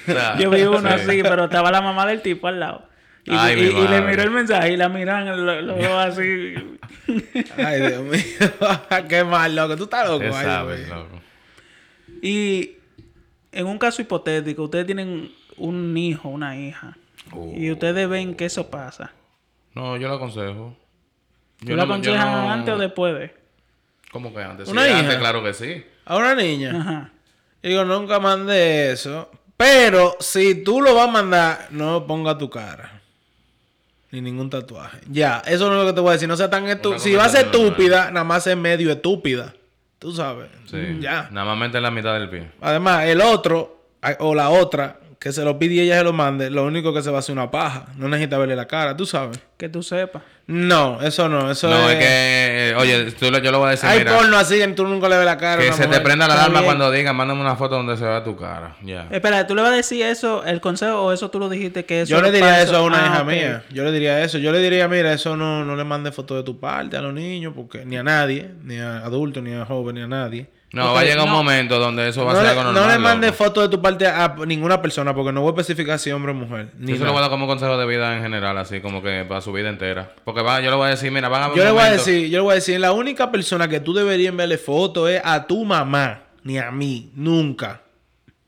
O sea,
Yo vi uno
sí.
así, pero estaba la mamá del tipo al lado. Y,
Ay,
y-
mi
y le
madre.
miró el mensaje y la miran lo- los dos así.
Ay, Dios mío. Qué mal, loco. Tú estás loco.
Usted
Ay,
sabe,
güey.
loco.
Y en un caso hipotético, ustedes tienen un hijo, una hija.
Oh.
Y ustedes ven que eso pasa.
No, yo lo aconsejo.
¿Tú lo aconsejan antes o después de?
¿Cómo que antes?
¿Una
Sí,
hija?
antes, claro que sí.
A una niña.
Ajá.
Digo, nunca mandé eso. Pero si tú lo vas a mandar, no ponga tu cara. Ni ningún tatuaje. Ya, eso no es lo que te voy a decir. No sea tan estúpida. Si vas a ser
recomendación,
estúpida, nada más es medio estúpida. Tú sabes.
Sí.
Mm, Ya.
Nada más mete en la mitad del pie.
Además, el otro a- o la otra que se lo pide y ella se lo mande, lo único que se va a hacer una paja. No necesita verle la cara, tú sabes.
Que tú sepas.
No, eso no, eso
no,
es...
es que, eh, oye, tú lo- yo lo voy a decir,
Hay
mira,
porno así que tú nunca le ves la cara. a
que
una
se te
mujer.
prenda la
Está
alarma
bien.
cuando diga, mándame una foto donde se vea tu cara. Ya.
Eh,
Espera, ¿tú le vas a decir eso, el consejo, o eso tú lo dijiste que eso
Yo le
era
diría
para
eso a una
Ah,
hija
ok.
mía. Yo le diría eso. Yo le diría, mira, eso no, no le mande fotos de tu parte a los niños, porque ni a nadie, ni a adultos, ni a jóvenes, ni a nadie.
No,
Ok,
va a llegar un
no.
momento donde eso va
No
a ser
le,
algo
no
normal.
le mande
loco.
fotos de tu parte a ninguna persona, porque no voy a especificar si hombre o mujer. Ni
Yo se lo
nada.
voy a dar como consejo de vida en general, así como que para su vida entera. Porque va, yo le voy a decir, mira, van a haber
Yo le voy a
momentos-
decir, yo le voy a decir, la única persona que tú deberías enviarle fotos es a tu mamá, ni a mí, nunca.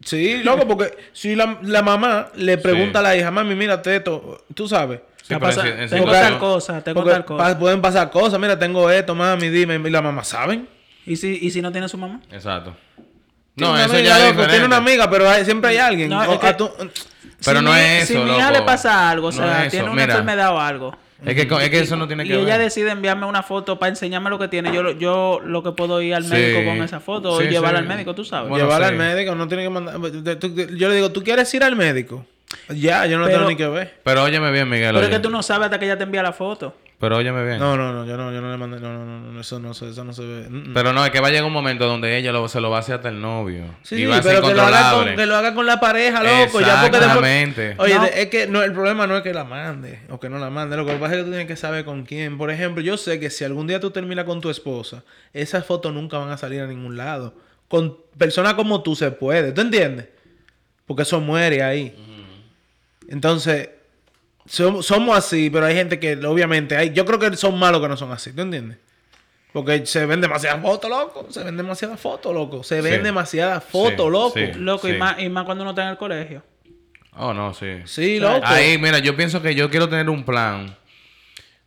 Sí, loco, porque si la, la mamá le pregunta a la hija, mami, mírate esto, tú sabes.
Sí,
Ya
pero en
pasa-
si- en
tengo
situación-
tal cosa, tengo
Porque
tal cosa.
pa- pueden pasar cosas, mira, tengo esto, mami, dime, y la mamá, ¿saben?
¿Y si, ¿Y si no tiene su mamá?
Exacto.
Tiene
No,
una
eso
amiga,
ya es
loco, Tiene
diferente.
una amiga, pero hay- siempre hay alguien.
No,
O-
es que-
a tu-
Pero
si
no
mi-
es
Si
eso,
mi hija
loco.
le pasa algo, o
No
sea,
es
tiene
eso,
una
mira.
enfermedad o algo.
Es que, co- es que eso no tiene
Y
que ver.
ella decide enviarme una foto para enseñarme lo que tiene. Yo, lo- yo lo que puedo ir al
Sí.
médico con esa foto
Sí,
o llevarla
sí.
al médico, tú sabes.
Bueno,
llevarla
sí.
al médico, no tiene que mandar. tú- tú- Yo le digo, ¿tú quieres ir al médico? Ya, yo no
Pero-
tengo ni que ver.
Pero óyeme bien, Miguel.
Pero es
oye.
que tú no sabes hasta que ella te envía la foto.
Pero óyeme bien.
No, no, no, yo no, yo no le mandé, no, no, no, no, eso no, se- eso no se ve. mm, mm.
Pero no, es que va a llegar un momento donde ella lo- se lo va a hacer hasta el novio.
Sí,
y
sí,
va a ser
pero que lo, haga con,
incontrolable.
que lo haga con la pareja, loco. Ya porque
Exactamente.
después, Oye,
No.
de- es que no, el problema no es que la mande o que no la mande. Lo que pasa es que tú tienes que saber con quién. Por ejemplo, yo sé que si algún día tú terminas con tu esposa, esas fotos nunca van a salir a ningún lado. Con personas como tú se puede, ¿tú entiendes? Porque eso muere ahí. Entonces, som- somos así, pero hay gente que obviamente hay. Yo creo que son malos que no son así, ¿tú entiendes? Porque se ven demasiadas fotos, loco. Se ven demasiadas fotos, loco. Se ven
Sí.
demasiadas fotos,
Sí,
loco.
sí.
Loco, y,
Sí.
más, y más cuando uno está en el colegio.
Oh, no, sí.
Sí, loco.
Ahí, mira, yo pienso que yo quiero tener un plan.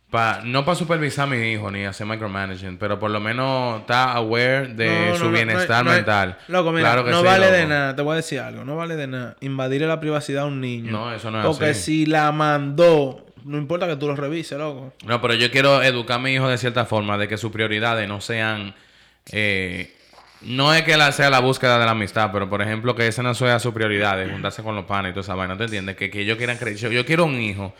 Pa, no para supervisar a mi hijo ni hacer micromanaging, pero por lo menos está aware de
No,
su
no, no,
bienestar
no, no,
mental.
Loco, mira,
Claro que
no
sí,
vale de
loco.
nada. Te voy a decir algo. No vale de nada invadirle la privacidad a un niño.
No, eso no es
Porque
así.
si la mandó, no importa que tú lo revises, loco.
No, pero yo quiero educar a mi hijo de cierta forma, de que sus prioridades no sean... eh, no es que la, sea la búsqueda de la amistad, pero por ejemplo que esa no sea su prioridad, de juntarse con los panes y toda esa vaina, ¿te entiendes? Que, que ellos quieran crecer. Yo, yo quiero un hijo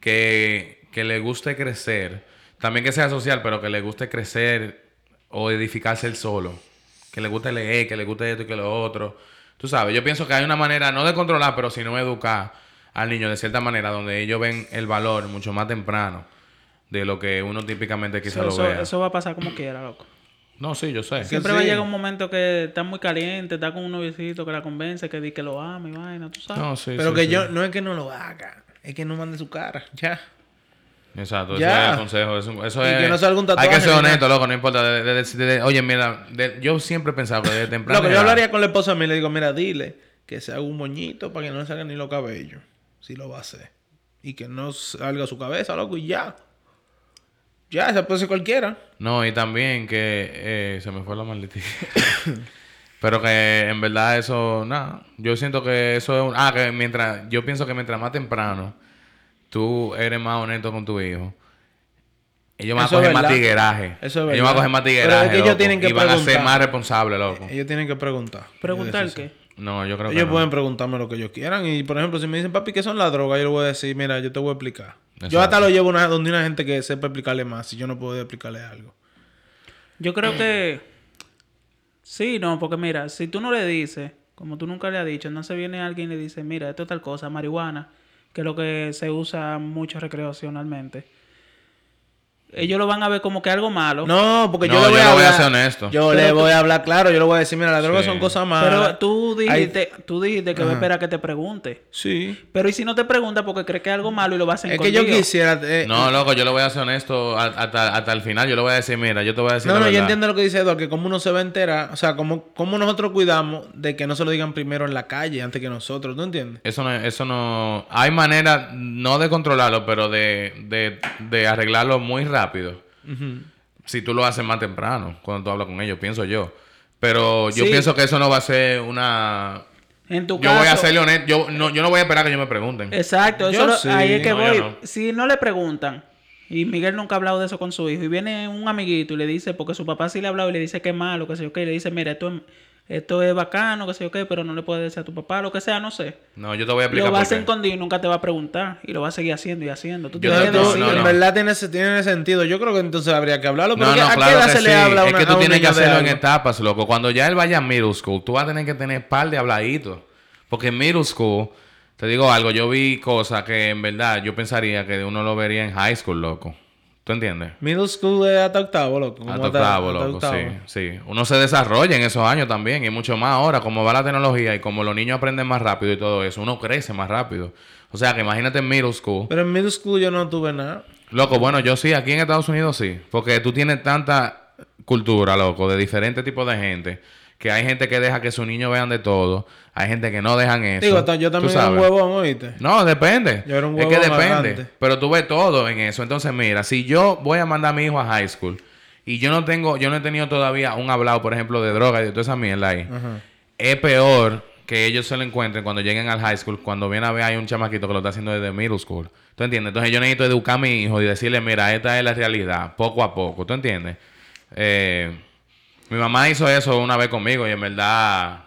que, que le guste crecer, también que sea social, pero que le guste crecer o edificarse él solo. Que le guste leer, que le guste esto y que lo otro. Tú sabes, yo pienso que hay una manera, no de controlar, pero sino educar al niño de cierta manera, donde ellos ven el valor mucho más temprano de lo que uno típicamente quizá
Eso,
lo
eso-
vea.
eso va a pasar como quiera, loco.
No, sí, yo sé.
Siempre
sí.
va a llegar un momento que está muy caliente, está con un noviecito que la convence, que di que lo ama y vaina, tú sabes.
No, sí,
Pero
sí,
que
sí.
yo, no es que no lo haga. Es que no mande su cara. Ya.
Exacto, ese
Ya.
es el consejo. Eso, eso
Y
es.
que no salga un
Hay que
tatuaje
ser
ni
honesto, loco, no importa. De- de- de- de- oye, mira, de- yo siempre he pensado que desde temprano.
Loco, yo hablaría con la esposa mía y le digo, mira, dile que se haga un moñito para que no le salgan ni los cabellos. Si lo va a hacer. Y que no salga su cabeza, loco, y ya. Ya, se puede ser cualquiera.
No, y también que eh, se me fue la maldita. Pero que en verdad eso, nada. Yo siento que eso es un. Ah, que mientras. Yo pienso que mientras más temprano tú eres más honesto con tu hijo, ellos van
Eso
a
es
coger más
verdad.
tigueraje.
Eso es
Ellos van a
verdad.
coger más
Pero es
tigueraje.
que ellos
loco,
tienen que
y van a ser
preguntar.
más responsables, loco.
Ellos tienen que preguntar.
Preguntar
Yo decir,
qué.
sí.
No, yo creo que.
Ellos
no.
pueden preguntarme lo que ellos quieran. Y por ejemplo, si me dicen, papi, ¿qué son las drogas? Yo les voy a decir, mira, yo te voy a explicar.
Exacto.
Yo hasta lo llevo una- donde una gente que sepa explicarle más. Si yo no puedo explicarle algo.
Yo creo que. Sí, no, porque mira, si tú no le dices, como tú nunca le has dicho, no se viene alguien y le dice, mira, esto es tal cosa, marihuana, que es lo que se usa mucho recreacionalmente. ellos lo van a ver como que algo malo.
No, porque yo
No,
le voy
yo
a
le voy a
hablar-
ser honesto.
Yo
Pero
le
tú-
voy a hablar claro, yo le voy a decir, mira, las drogas
Sí.
son cosas malas.
pero tú
Hay-
dijiste, tú dijiste que va a esperar a que te pregunte.
Sí.
Pero y si no te pregunta porque crees que es algo malo y lo vas a
Es
encontrar.
que yo quisiera... eh,
No, loco, yo le voy a ser honesto a- hasta, hasta el final. Yo le voy a decir, mira, yo te voy a decir.
No,
la
no, yo
verdad.
entiendo lo que dice Eduardo, que como uno se va a enterar, o sea, como, como nosotros cuidamos de que no se lo digan primero en la calle antes que nosotros, ¿tú entiendes?
Eso no, eso no. Hay manera, no de controlarlo, pero de, de, de arreglarlo muy rápido. Si tú lo haces más temprano, cuando tú hablas con ellos, pienso yo. Pero yo
Sí.
pienso que eso no va a ser una.
En tu
Yo voy a
caso-
serle honesto. Yo no, yo no voy a esperar que ellos me pregunten.
Exacto, eso
Yo
lo-
sí.
ahí es que
No, yo
voy.
no.
Si no le preguntan, y Miguel nunca ha hablado de eso con su hijo, y viene un amiguito y le dice, porque su papá sí le ha hablado y le dice que es malo, que sé yo qué, y le dice, mira, esto es, esto es bacano, que sé yo qué, pero no le puedes decir a tu papá, lo que sea, no sé.
No, yo te voy a explicar.
Lo vas
por
a
qué.
esconder y nunca te va a preguntar, y lo va a seguir haciendo y haciendo. Tú
Yo
Entonces,
tienes que
no-
tú-
decirle.
en
no.
verdad tiene, ese- tiene ese sentido. Yo creo que entonces habría que hablarlo. Pero
No,
¿qué-
no,
¿a
claro
qué edad
que
se
sí.
le habla a
Es
una-
que
a
tú
un
tienes que
niño de
hacerlo en
algo?
etapas, loco. Cuando ya él vaya a middle school, tú vas a tener que tener par de habladitos. Porque en middle school, te digo algo, yo vi cosas que en verdad yo pensaría que uno lo vería en high school, loco. ¿Tú entiendes?
Middle school es hasta octavo, loco. como
Hasta octavo,
hasta
loco,
octavo.
sí, sí. Uno se desarrolla en esos años también y mucho más ahora, como va la tecnología y como los niños aprenden más rápido y todo eso, uno crece más rápido. O sea, que imagínate en middle school.
Pero en middle school yo no tuve nada.
Loco, bueno, yo sí, aquí en Estados Unidos sí, porque tú tienes tanta cultura, loco, de diferentes tipos de gente, que hay gente que deja que sus niños vean de todo, hay gente que no dejan eso.
Digo, ta- yo
tú
también era un
sabes.
huevón, ¿oíste?
No, depende.
Yo era un
es que
huevón
depende.
adelante.
Pero tú ves todo en eso. Entonces, mira, si yo voy a mandar a mi hijo a high school y yo no tengo, yo no he tenido todavía un hablado, por ejemplo, de droga y de toda esa mierda ahí, es peor que ellos se lo encuentren cuando lleguen al high school, cuando viene a ver hay un chamaquito que lo está haciendo desde middle school. ¿Tú entiendes? Entonces yo necesito educar a mi hijo y decirle, mira, esta es la realidad, poco a poco. ¿Tú entiendes? Eh, mi mamá hizo eso una vez conmigo y en verdad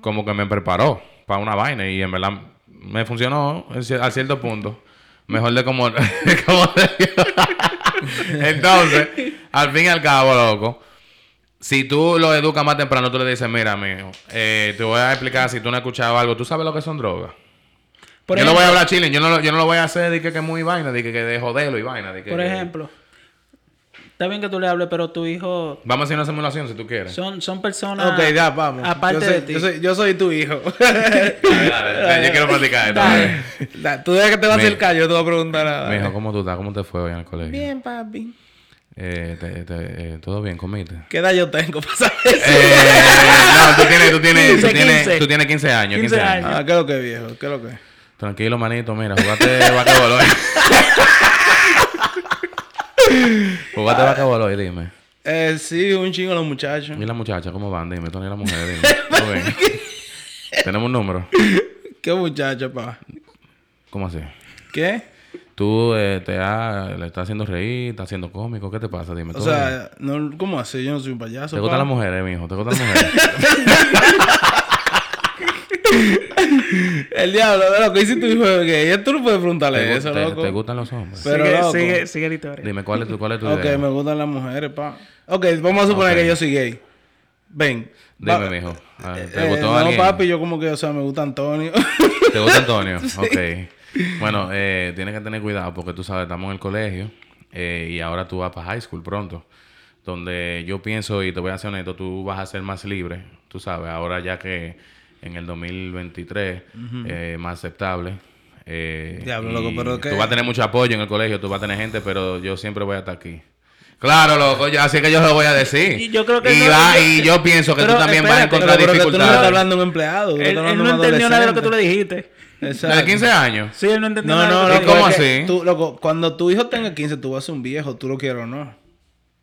como que me preparó para una vaina y en verdad me funcionó en cier- a cierto punto. Mejor de como... como de- Entonces, al fin y al cabo, loco, si tú lo educas más temprano, tú le dices, mira, mijo, eh, te voy a explicar si tú no has escuchado algo. ¿Tú sabes lo que son drogas?
Por
yo
ejemplo-
no voy a hablar chile, yo no, lo- yo no lo voy a hacer de que, que muy vaina, de que, que de joderlo y vaina. De que,
Por
que-
ejemplo, está bien que tú le hables, pero tu hijo
Vamos a hacer una simulación si tú quieres.
son, son personas.
Ok, ya, vamos.
Aparte
yo soy,
de ti.
Yo soy, yo soy tu hijo.
Dale, dale, dale, yo quiero platicar esto.
Dale.
dale.
Da, tú dejas que te va a
Mira.
acercar, yo no te voy a preguntar nada.
Mijo, ¿cómo tú estás? ¿Cómo te fue hoy en el colegio?
Bien, papi.
Eh, te- te- eh, ¿Todo bien? ¿Comiste?
¿Qué edad yo tengo para saber eso?
Eh, no, tú tienes, tú tienes,
15,
tú tienes,
15.
tú tienes 15 años, 15,
15
años.
Ah, ¿qué es lo que viejo? ¿Qué es lo que?
Tranquilo, manito, mira, jugaste vaquebol hoy. jugaste vaquebol hoy, dime.
Eh, sí, un chingo los muchachos.
¿Y las muchachas cómo van? Dime, Tony, la mujer, dime. ¿Todo bien? Tenemos un número.
¿Qué muchachos, pa?
¿Cómo así?
¿Qué?
Tú eh, te has- le estás haciendo reír, estás haciendo cómico, ¿qué te pasa? Dime,
O
¿todo bien?
sea, no, ¿cómo así? Yo no soy un payaso.
¿Te gustan
pa.
las mujeres, mijo? ¿Te gustan las mujeres?
El diablo, lo que hice tu hijo es gay. Tú no puedes preguntarle
¿Te,
eso,
gu- te-
loco.
te gustan los hombres?
Pero
sigue,
loco.
sigue, sigue la historia.
Dime, ¿cuál es tu, cuál es tu
ok,
idea?
me gustan las mujeres, pa. Ok, vamos a suponer
Ok.
que yo soy gay. Ven.
Dime,
va-
mijo. Ah, ¿Te
Eh,
gustó
no,
alguien?
papi, yo como que, o sea, me gusta Antonio.
¿Te gusta Antonio? Ok. Bueno, eh, tienes que tener cuidado porque tú sabes, estamos en el colegio eh, y ahora tú vas para high school pronto. Donde yo pienso, y te voy a ser honesto, tú vas a ser más libre, tú sabes, ahora ya que en el 2023 eh, más aceptable. Eh,
Diablo,
y
loco, pero que-
Tú vas a tener mucho apoyo en el colegio, tú vas a tener gente, pero yo siempre voy a estar aquí. Claro, loco, ya, así que yo lo voy a decir.
Y yo creo que
y,
no,
va-
yo-
y yo pienso que tú
Pero
también vas a
espérate,
Pero,
encontrar
pero que tú no le estás
dificultades.
hablando a un empleado. tú le
él,
estás
él
hablando
no
a un
entendió nada de lo que tú le
adolescente.
dijiste.
Exacto.
¿La de 15 años?
Sí, él no entendió
No,
nada.
no,
de lo
loco.
que-
¿Y cómo
es que
así?
Tú, loco, cuando tu hijo tenga 15, tú vas a ser un viejo, tú lo quieres o no.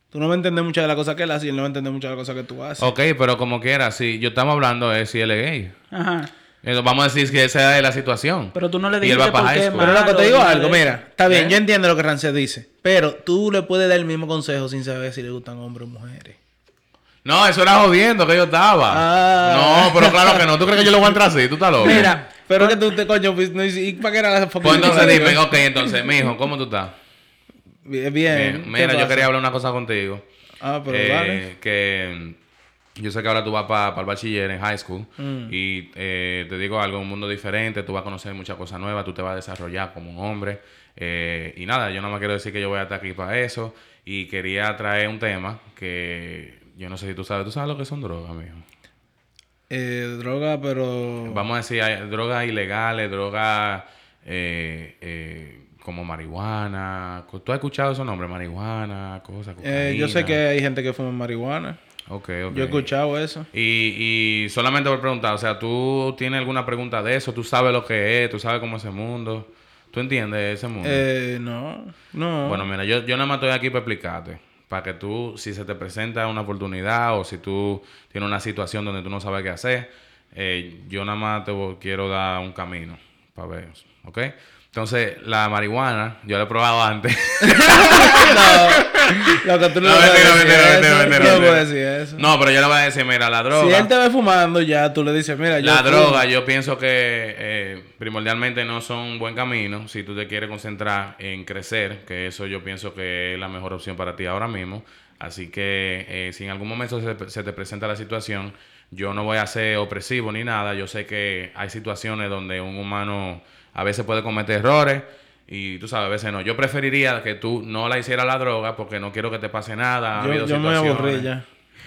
Tú no me entiendes muchas de las cosas que él hace y él no va a entender muchas de las cosas que tú haces.
Ok, pero como quiera, si yo estamos hablando de si él es gay.
Ajá.
Entonces, vamos a decir que esa es la situación.
Pero tú no le
Y él va para
dijiste por
high
qué,
school.
Pero loco,
Claro,
te digo
nada
algo,
de eso.
mira, está
¿eh?
bien, yo entiendo lo que Rancés dice, pero tú le puedes dar el mismo consejo sin saber si le gustan hombres o mujeres.
No, eso era jodiendo que yo estaba.
Ah.
No, pero claro que no. ¿Tú crees que yo lo voy a entrar así? ¿Tú estás loco?
Mira,
Pero que tú te coño, pues, no, y para qué era la
ah, Pues entonces dime, ok, entonces, mijo, ¿cómo tú estás?
Bien,
Bien,
bien. ¿qué
Mira, yo
pasa?
quería hablar una cosa contigo.
Ah, pero
Eh,
vale.
Que Yo sé que ahora tú vas para el bachiller en high school
Mm.
y eh, te digo algo, un mundo diferente, tú vas a conocer muchas cosas nuevas, tú te vas a desarrollar como un hombre. eh, y nada, yo no me quiero decir que yo voy a estar aquí para eso. Y quería traer un tema que yo no sé si tú sabes, ¿tú sabes lo que son drogas, mijo?
Eh, droga, pero.
Vamos a decir, hay drogas ilegales, drogas eh, eh, como marihuana. co- ¿Tú has escuchado esos nombres? Marihuana, cosas,
Eh, yo sé que hay gente que fuma marihuana.
Ok, ok.
Yo he escuchado eso.
Y, y solamente por preguntar, o sea, ¿tú tienes alguna pregunta de eso? ¿Tú sabes lo que es? ¿Tú sabes cómo es ese mundo? ¿Tú entiendes ese mundo?
Eh, no, no.
Bueno, mira, yo, yo nada más estoy aquí para explicarte. Para que tú, si se te presenta una oportunidad o si tú tienes una situación donde tú no sabes qué hacer, eh, yo nada más te vo- quiero dar un camino para ver. ¿Ok? Entonces, la marihuana, yo la he probado antes.
lo que tú no,
No,
le
mentira,
puedes decir
mentira,
eso.
mentira, mentira,
Yo no puedo
mentira.
decir eso.
no, pero yo le voy a decir, mira, la droga.
Si él te ve fumando ya, tú le dices, mira, yo
La
fumo.
droga, yo pienso que eh, primordialmente no son un buen camino. Si tú te quieres concentrar en crecer, que eso yo pienso que es la mejor opción para ti ahora mismo. Así que eh, si en algún momento se, se te presenta la situación, yo no voy a ser opresivo ni nada. Yo sé que hay situaciones donde un humano a veces puede cometer errores y tú sabes, a veces no. Yo preferiría que tú no la hicieras la droga porque no quiero que te pase nada. Ha
Yo,
habido
yo me aburrí
situaciones.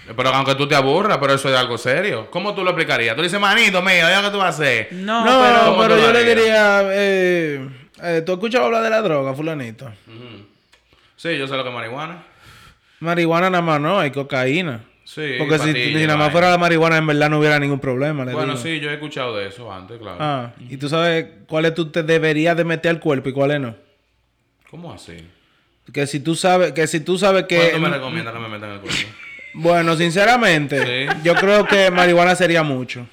ya.
Pero aunque tú te aburras, pero eso es algo serio. ¿Cómo tú lo explicarías? Tú le dices, manito mío, ¿ya qué tú vas a hacer?
No,
No,
pero...
pero,
¿Cómo tú
yo
lo
le
harías?
diría, eh, eh, tú has escuchado hablar de la droga, fulanito.
Sí, yo sé lo que es marihuana.
Marihuana nada más no, hay cocaína.
Sí,
Porque si,
pastillas,
si nada más
vaina.
fuera la marihuana, en verdad no hubiera ningún problema. le
Bueno,
digo.
sí, yo he escuchado de eso antes, claro.
Ah, y tú sabes cuáles tú te deberías de meter al cuerpo y cuáles no.
¿Cómo así?
Que si tú sabes, que si tú sabes que.
¿Cuánto me recomiendas que me metan en el cuerpo?
Bueno, sinceramente,
Sí.
yo creo que marihuana sería mucho.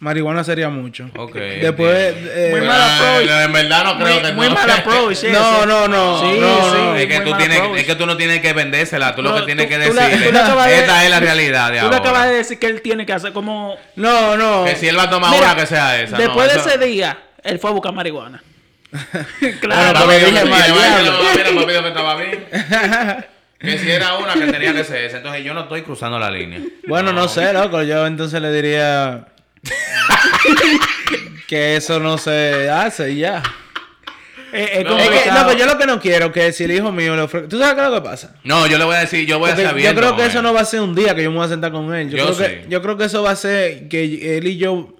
Marihuana sería mucho.
Ok.
Después.
entiendo.
eh,
Muy
Pero,
mal approach.
eh, En verdad no creo
muy,
que
muy
no.
mal approach ese.
No, no, no,
Sí,
no,
sí,
no.
Es que,
muy
tú
mal
tienes,
approach.
es que tú no tienes que vendérsela, tú lo
No,
que tienes
tú-
que
tú la-
decirle.
tú la acabas de-
Esta es la realidad de
Tú le
ahora.
acabas de decir que él tiene que hacer como...
No, no.
Que si él va a tomar
Mira,
una, que sea esa. no,
Después
eso-
de ese día, él fue a buscar marihuana.
Bueno,
claro.
Bueno,
papi,
pero
yo
dije
me-
mal,
yo me-
diablo.
yo me- mira, papi, yo que estaba bien. Que si era una que tenía que ser esa. Entonces yo no estoy cruzando la línea.
Bueno, no sé, loco. Yo entonces le diría. que eso no se hace y ya.
Es- es
No,
Es que,
complicado.
no, pero yo lo que no quiero que si el hijo mío le ofrece. ¿Tú sabes qué es lo que pasa?
No, yo le voy a decir, yo voy
Porque
a
yo
sabiendo.
creo que
con
eso
él.
no va a ser un día que yo me voy a sentar con él. Yo,
Yo
creo,
sí.
que, yo creo que eso va a ser que él y yo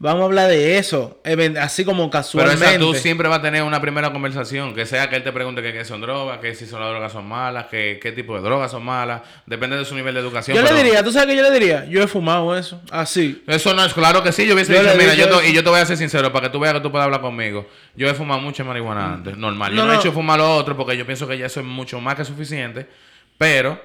vamos a hablar de eso, even- así como
Pero
casualmente.
esa tú siempre vas a tener una primera conversación, que sea que él te pregunte que qué son drogas, que si son las drogas son malas, que qué tipo de drogas son malas, depende de su nivel de educación.
Yo le
pero-
diría, ¿tú sabes qué yo le diría? Yo he fumado eso, así.
Eso no es claro que sí. Yo hubiese
Yo le
dicho,
he
mira,
dicho
yo te-
eso.
y yo te voy a ser sincero para que tú veas que tú puedas hablar conmigo. Yo he fumado mucha marihuana antes, normal. Yo
Mm. No,
no, he
no.
hecho fumar lo otro porque yo pienso que ya eso es mucho más que suficiente. Pero,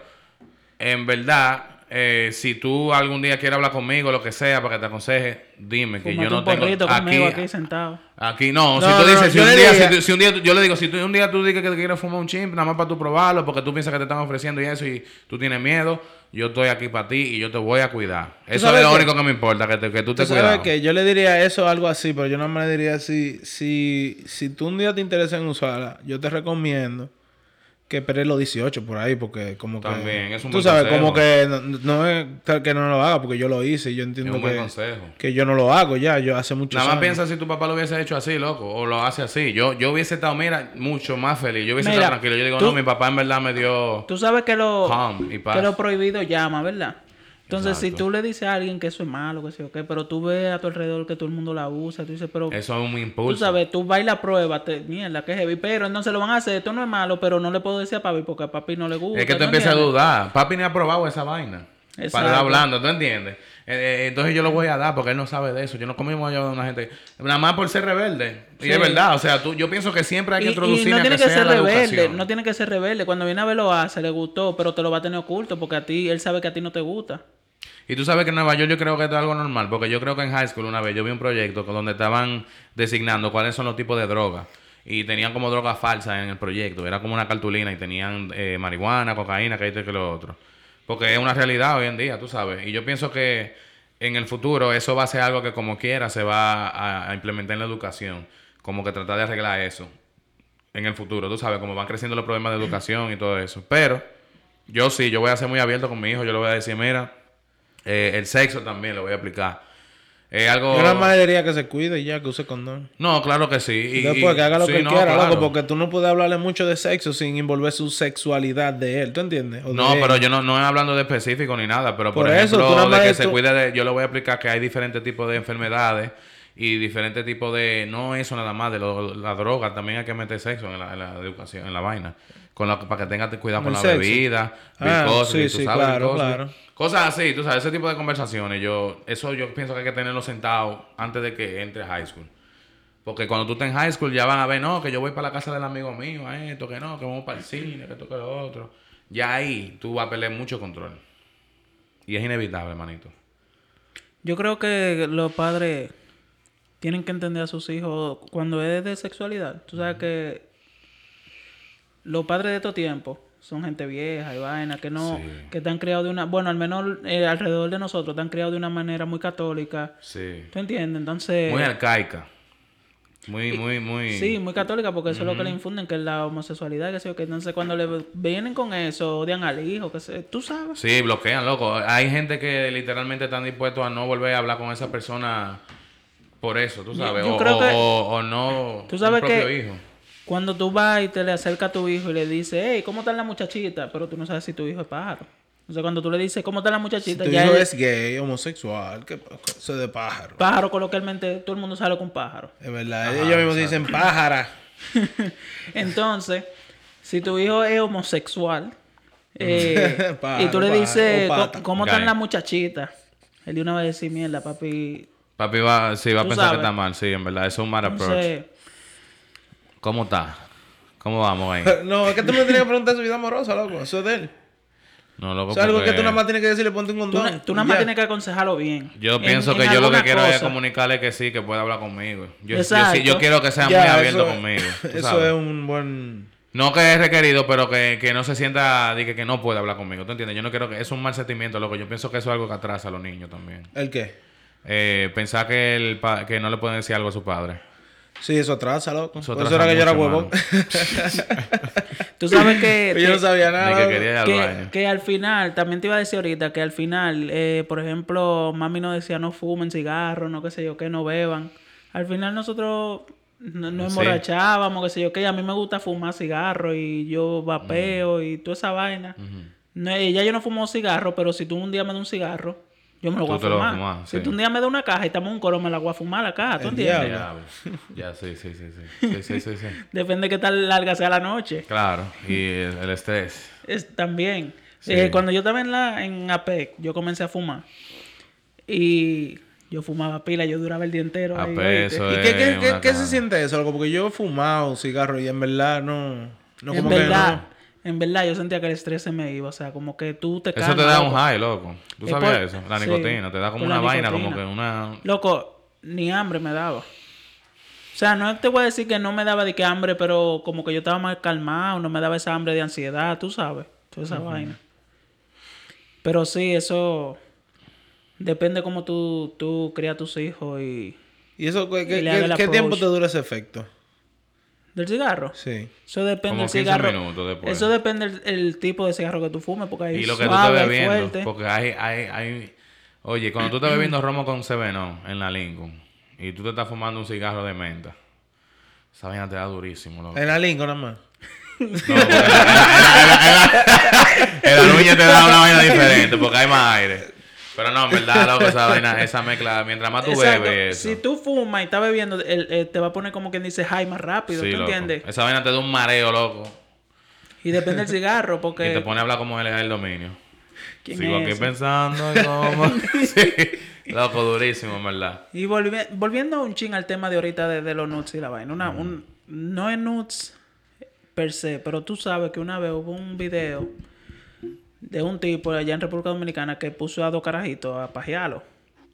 en verdad, eh, si tú algún día quieres hablar conmigo, lo que sea, para que te aconseje, dime que
Fumate
yo no
un
tengo.
porrito
Aquí,
conmigo aquí sentado.
Aquí no,
No,
si tú
no,
dices, si,
yo
un
le
día,
diría-
si, tú- si un día, yo le digo, si tú, un día tú dices que te quieres fumar un chimp, nada más para tú probarlo, porque tú piensas que te están ofreciendo y eso, y tú tienes miedo, yo estoy aquí para ti y yo te voy a cuidar. Eso
sabes
es lo
que-
único que me importa, que, te- que tú te
¿Tú sabes
cuidas.
que yo le diría eso algo así, pero yo no me le diría así. Si, si tú un día te interesa en usarla, yo te recomiendo que esperes los 18 por ahí, porque como que.
También, es un
Tú
buen
sabes,
consejo.
como que no, no es tal que no lo haga, porque yo lo hice y yo
Es
entiendo
un buen
que,
consejo.
que yo no lo hago ya, yo hace mucho
Nada más piensa si tu papá lo hubiese hecho así, loco, o lo hace así. Yo, yo hubiese estado, mira, mucho más feliz, yo hubiese
Mira,
estado tranquilo. Yo digo,
tú-
no, mi papá en verdad me dio...
Tú sabes que lo,
Calm y paz.
que lo prohibido llama, ¿verdad? Entonces, si
Exacto.
tú le dices a alguien que eso es malo, que sé yo qué, pero tú ves a tu alrededor que todo el mundo la usa, tú dices, pero
Eso es un
tú
impulso.
sabes, tú vas y la pruebas, te, mierda, que heavy, pero entonces lo van a hacer, esto no es malo, pero no le puedo decir a papi porque a papi no le gusta.
Es que tú
¿tú
empiezas a
entiendes?
dudar. Papi ni ha probado esa vaina.
Exacto.
Para estar hablando, ¿tú entiendes? Eh, eh, entonces yo lo voy a dar porque él no sabe de eso. Yo no como yo me voy a ayudar a una gente. Nada más por ser rebelde. Y
Sí.
es verdad. O sea, tú, yo pienso que siempre hay que
Y-
introducir
y no
a
tiene que,
sea
ser
la
rebelde,
educación.
no tiene que ser rebelde. Cuando viene a ver lo hace, le gustó, pero te lo va a tener oculto porque a ti, él sabe que a ti no te gusta.
Y tú sabes que en Nueva York yo creo que esto es algo normal, porque yo creo que en high school una vez yo vi un proyecto con- donde estaban designando cuáles son los tipos de drogas. Y tenían como drogas falsas en el proyecto. Era como una cartulina y tenían eh, marihuana, cocaína, que esto y que lo otro. Porque es una realidad hoy en día, tú sabes. Y yo pienso que en el futuro eso va a ser algo que como quiera se va a, a implementar en la educación. Como que tratar de arreglar eso en el futuro, tú sabes, como van creciendo los problemas de educación y todo eso. Pero Yo sí, yo voy a ser muy abierto con mi hijo. Yo le voy a decir, mira, eh, el sexo también lo voy a aplicar. Eh, algo...
Yo nada más le diría que se cuide y ya, que use condón.
No, claro que sí. Y,
Después,
y-
que haga lo
sí,
que
no,
quiera,
claro.
loco, porque tú no puedes hablarle mucho de sexo sin envolver su sexualidad de él, ¿tú entiendes? O de
No,
él.
pero yo no, no es hablando de específico ni nada, pero por,
Por eso,
ejemplo,
tú nada más
de que
de
se
tu-
cuide de- yo le voy a explicar que hay diferentes tipos de enfermedades y diferentes tipos de, no eso nada más, de lo- la droga, también hay que meter sexo en la, en la educación, en la vaina, con la- para que tengas cuidado con
El
la
sexo.
bebida, Bill
Ah,
Cosby,
sí,
tú
sí,
sabes, Bill
claro,
Cosby.
claro.
Cosas así, tú sabes, ese tipo de conversaciones, yo, eso yo pienso que hay que tenerlo sentado antes de que entre a high school. Porque cuando tú estás en high school ya van a ver, no, que yo voy para la casa del amigo mío, a esto, que no, que vamos para el cine, que esto, que lo otro. Ya ahí tú vas a perder mucho control. Y es inevitable, hermanito.
Yo creo que los padres tienen que entender a sus hijos cuando es de sexualidad. Tú sabes que los padres de estos tiempos son gente vieja y vaina, que no,
Sí.
que están criados de una, bueno, al menos eh, alrededor de nosotros, están criados de una manera muy católica.
Sí.
¿Tú entiendes? Entonces,
Eh,
Muy arcaica. Muy, muy, muy.
sí, muy católica, porque eso es lo que le infunden, que es la homosexualidad, que sé yo, que entonces cuando le vienen con eso, odian al hijo, que se, tú sabes.
Sí, bloquean, loco. Hay gente que literalmente están dispuestos a no volver a hablar con esa persona por eso, tú
Yo-
sabes.
yo
o,
creo
o-
que-
o- o no.
Tú sabes
el propio
que-
hijo.
Cuando tú vas y te le acercas a tu hijo y le dices, hey, ¿cómo está la muchachita? Pero tú no sabes si tu hijo es pájaro. Entonces, cuando tú le dices, ¿cómo está la
Si
muchachita?
tu
ya
hijo
es
es gay, homosexual, que eso es de pájaro.
pájaro, coloquialmente, todo el mundo sale con pájaro.
Es verdad, ellos mismos dicen pájara.
Entonces, si tu hijo es homosexual eh,
Pájaro,
y tú le
pájaro,
dices,
o
"¿Cómo-
pata".
¿cómo están
Gay.
las muchachitas? Él de una vez dice, mierda, papi.
Papi va, sí, va a
Tú
pensar
sabes.
que está mal, sí, en verdad. Eso es un mal approach.
Entonces,
¿Cómo está? ¿Cómo vamos ahí?
No, es que tú no tienes que preguntar su vida amorosa, loco. Eso es de él.
No, loco, pues,
Eso es algo
porque
que tú nada más tienes que decirle, ponte un
tú,
condón.
na- tú nada más
Ya.
tienes que aconsejarlo bien.
Yo
En-
pienso
en
que yo lo que
alguna
quiero es
cosa.
comunicarle que sí, que pueda hablar conmigo. Yo, yo sí-
Exacto.
yo quiero que sea
Ya,
muy abierto
eso-
conmigo. tú
Eso
sabes.
es un buen...
No que es requerido, pero que, que no se sienta de que, que no puede hablar conmigo. ¿Tú entiendes? Yo no quiero que... Es un mal sentimiento, loco. Yo pienso que eso es algo que atrasa a los niños también.
¿El qué?
Eh, pensar que, el pa- que no le pueden decir algo a su padre.
Sí, eso atrasa, loco.
Eso
Por eso
atrasa
era que yo era
mucho,
huevón.
Tú sabes que...
yo no sabía nada.
Ni que
loco.
quería ir al
que,
baño.
que al final, también te iba a decir ahorita que al final, eh, por ejemplo, mami nos decía no fumen cigarros, no qué sé yo qué, no beban. Al final nosotros no- nos
Sí.
emborrachábamos, qué sé yo qué. A mí me gusta fumar cigarros y yo vapeo y toda esa vaina. No, ella yo no fumo cigarro, pero si tú un día me das un cigarro, yo me lo voy a
Tú te lo vas
fumar.
a fumar,
si
sí.
tú un día me das una caja y estamos en un coro, me la voy a fumar la caja, ¿tú
El
entiendes?
diablo.
Ya, ya, sí, sí, sí, sí. Sí, sí, sí, sí.
Depende de qué tan larga sea la noche.
Claro. Y el, el estrés.
Es, también.
Sí.
Eh, cuando yo estaba en, la, en APEC, yo comencé a fumar. Y yo fumaba pila, yo duraba el día entero. ahí,
APEC,
¿oíste?
E eso
¿Y qué, qué-
Es
qué-
una
qué
caja.
se siente eso, loco? Porque yo he fumado cigarro y en verdad no... no
en
como que
verdad, en verdad, yo sentía que el estrés se me iba. O sea, como que tú te
Eso
calmas,
te da un
loco.
high, loco. ¿Tú
Es
sabías
por-
eso? La
sí,
nicotina. Te da como
por la
una vaina, como
nicotina.
que una...
Loco, ni hambre me daba. O sea, no te voy a decir que no me daba de que hambre, pero como que yo estaba más calmado, no me daba esa hambre de ansiedad, tú sabes, toda esa vaina. Pero sí, eso depende cómo tú, tú crías tus hijos y...
¿Y eso qué, qué-
le haga
qué-
el
qué tiempo
approach.
te dura ese efecto?
¿Del cigarro?
Sí.
Eso depende
Como
del
15
cigarro.
minutos después.
Eso depende del el tipo de cigarro que tú fumes, porque hay
Y lo que tú
suave,
estás
hay
bebiendo.
fuerte.
Porque hay, hay, hay... Oye, cuando tú estás bebiendo romo con Sevenón en la Lincoln y tú te estás fumando un cigarro de menta, esa vaina te da durísimo, loco.
Eh.
En la Lincoln nada más.
No, porque en la- en la luña te da una vaina diferente porque hay más aire. Pero no, en verdad, loco, esa vaina, esa mezcla, mientras más tú
Exacto.
bebes... eso-
Si tú fumas y estás bebiendo, el- el- te va a poner como quien dice high más rápido,
Sí,
¿tú
loco.
entiendes?
Esa vaina te da un mareo, loco.
Y depende del cigarro,
Y te
porque...
pone a hablar como el, el dominio.
¿quién
Sigo
es
aquí
ese?
pensando y como... sí. Loco, durísimo, en verdad.
Y volvi- volviendo un ching al tema de ahorita de, de los nuts y la vaina. Una, un, no es nuts per se, pero tú sabes que una vez hubo un video de un tipo allá en República Dominicana que puso a dos carajitos a pajearlo.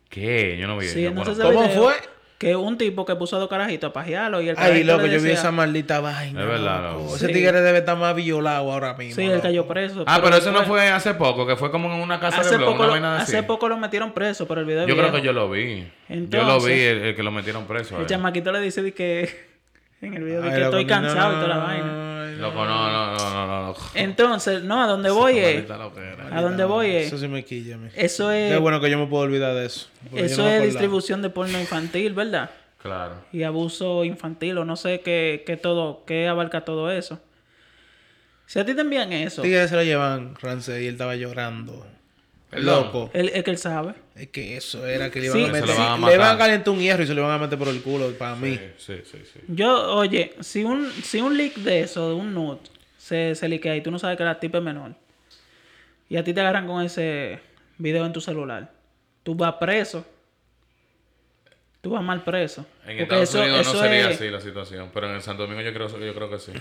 ¿Qué? Yo no vi.
Sí,
yo,
no
bueno,
sé si-
¿Cómo
video.
fue?
Que un tipo que puso a dos carajitos a pajearlo y el
Ay,
carajito
loco,
le
yo vi
decía-
esa maldita vaina.
Es verdad, loco.
Ese
Sí.
tigre debe estar más violado ahora mismo.
Sí, él
loco.
cayó preso.
Ah, pero eso no
después-
fue hace poco, que fue como en una casa
Hace
de blog,
poco,
una
lo-
vaina así.
hace poco lo metieron preso, pero el video es
Yo creo
viejo.
que yo lo vi. yo lo
Entonces-
vi, el, el que lo metieron preso. eh.
El
ahí.
chamaquito le dice de que... En el video de
Ay,
que
loco,
estoy
no,
cansado y
no,
toda la
no,
vaina.
no, no,
Loco, no, no, no, no, no, loco.
Entonces, no, a dónde voy es.
Maldita loquera.
A dónde voy eh? es.
Eso sí me quilla a mí.
Eso es,
Qué bueno que yo me puedo olvidar de eso. porque yo
eso
no me
es
acordaba.
distribución de porno infantil, ¿verdad?
Claro.
Y abuso infantil, o no sé qué, qué todo, qué abarca todo eso. Si a ti te envían eso,
Tigre se lo llevan, Rance, y él estaba llorando.
Perdón.
Loco.
él- es que él sabe.
Es que eso era que le
Sí.
iban a
Que se
meter.
lo van a
sí, le van
matar.
a calentar un hierro y se lo van a meter por el culo para mí.
Sí, sí, sí.
Yo, oye, si un, si un leak de eso, de un nude, se, se liquea y tú no sabes que la tipa es menor, y a ti te agarran con ese video en tu celular, tú vas preso. Tú vas mal preso.
En
Porque
Estados
eso-
Unidos
eso
no sería
es-
así la situación, pero en el Santo Domingo yo creo, yo creo que sí.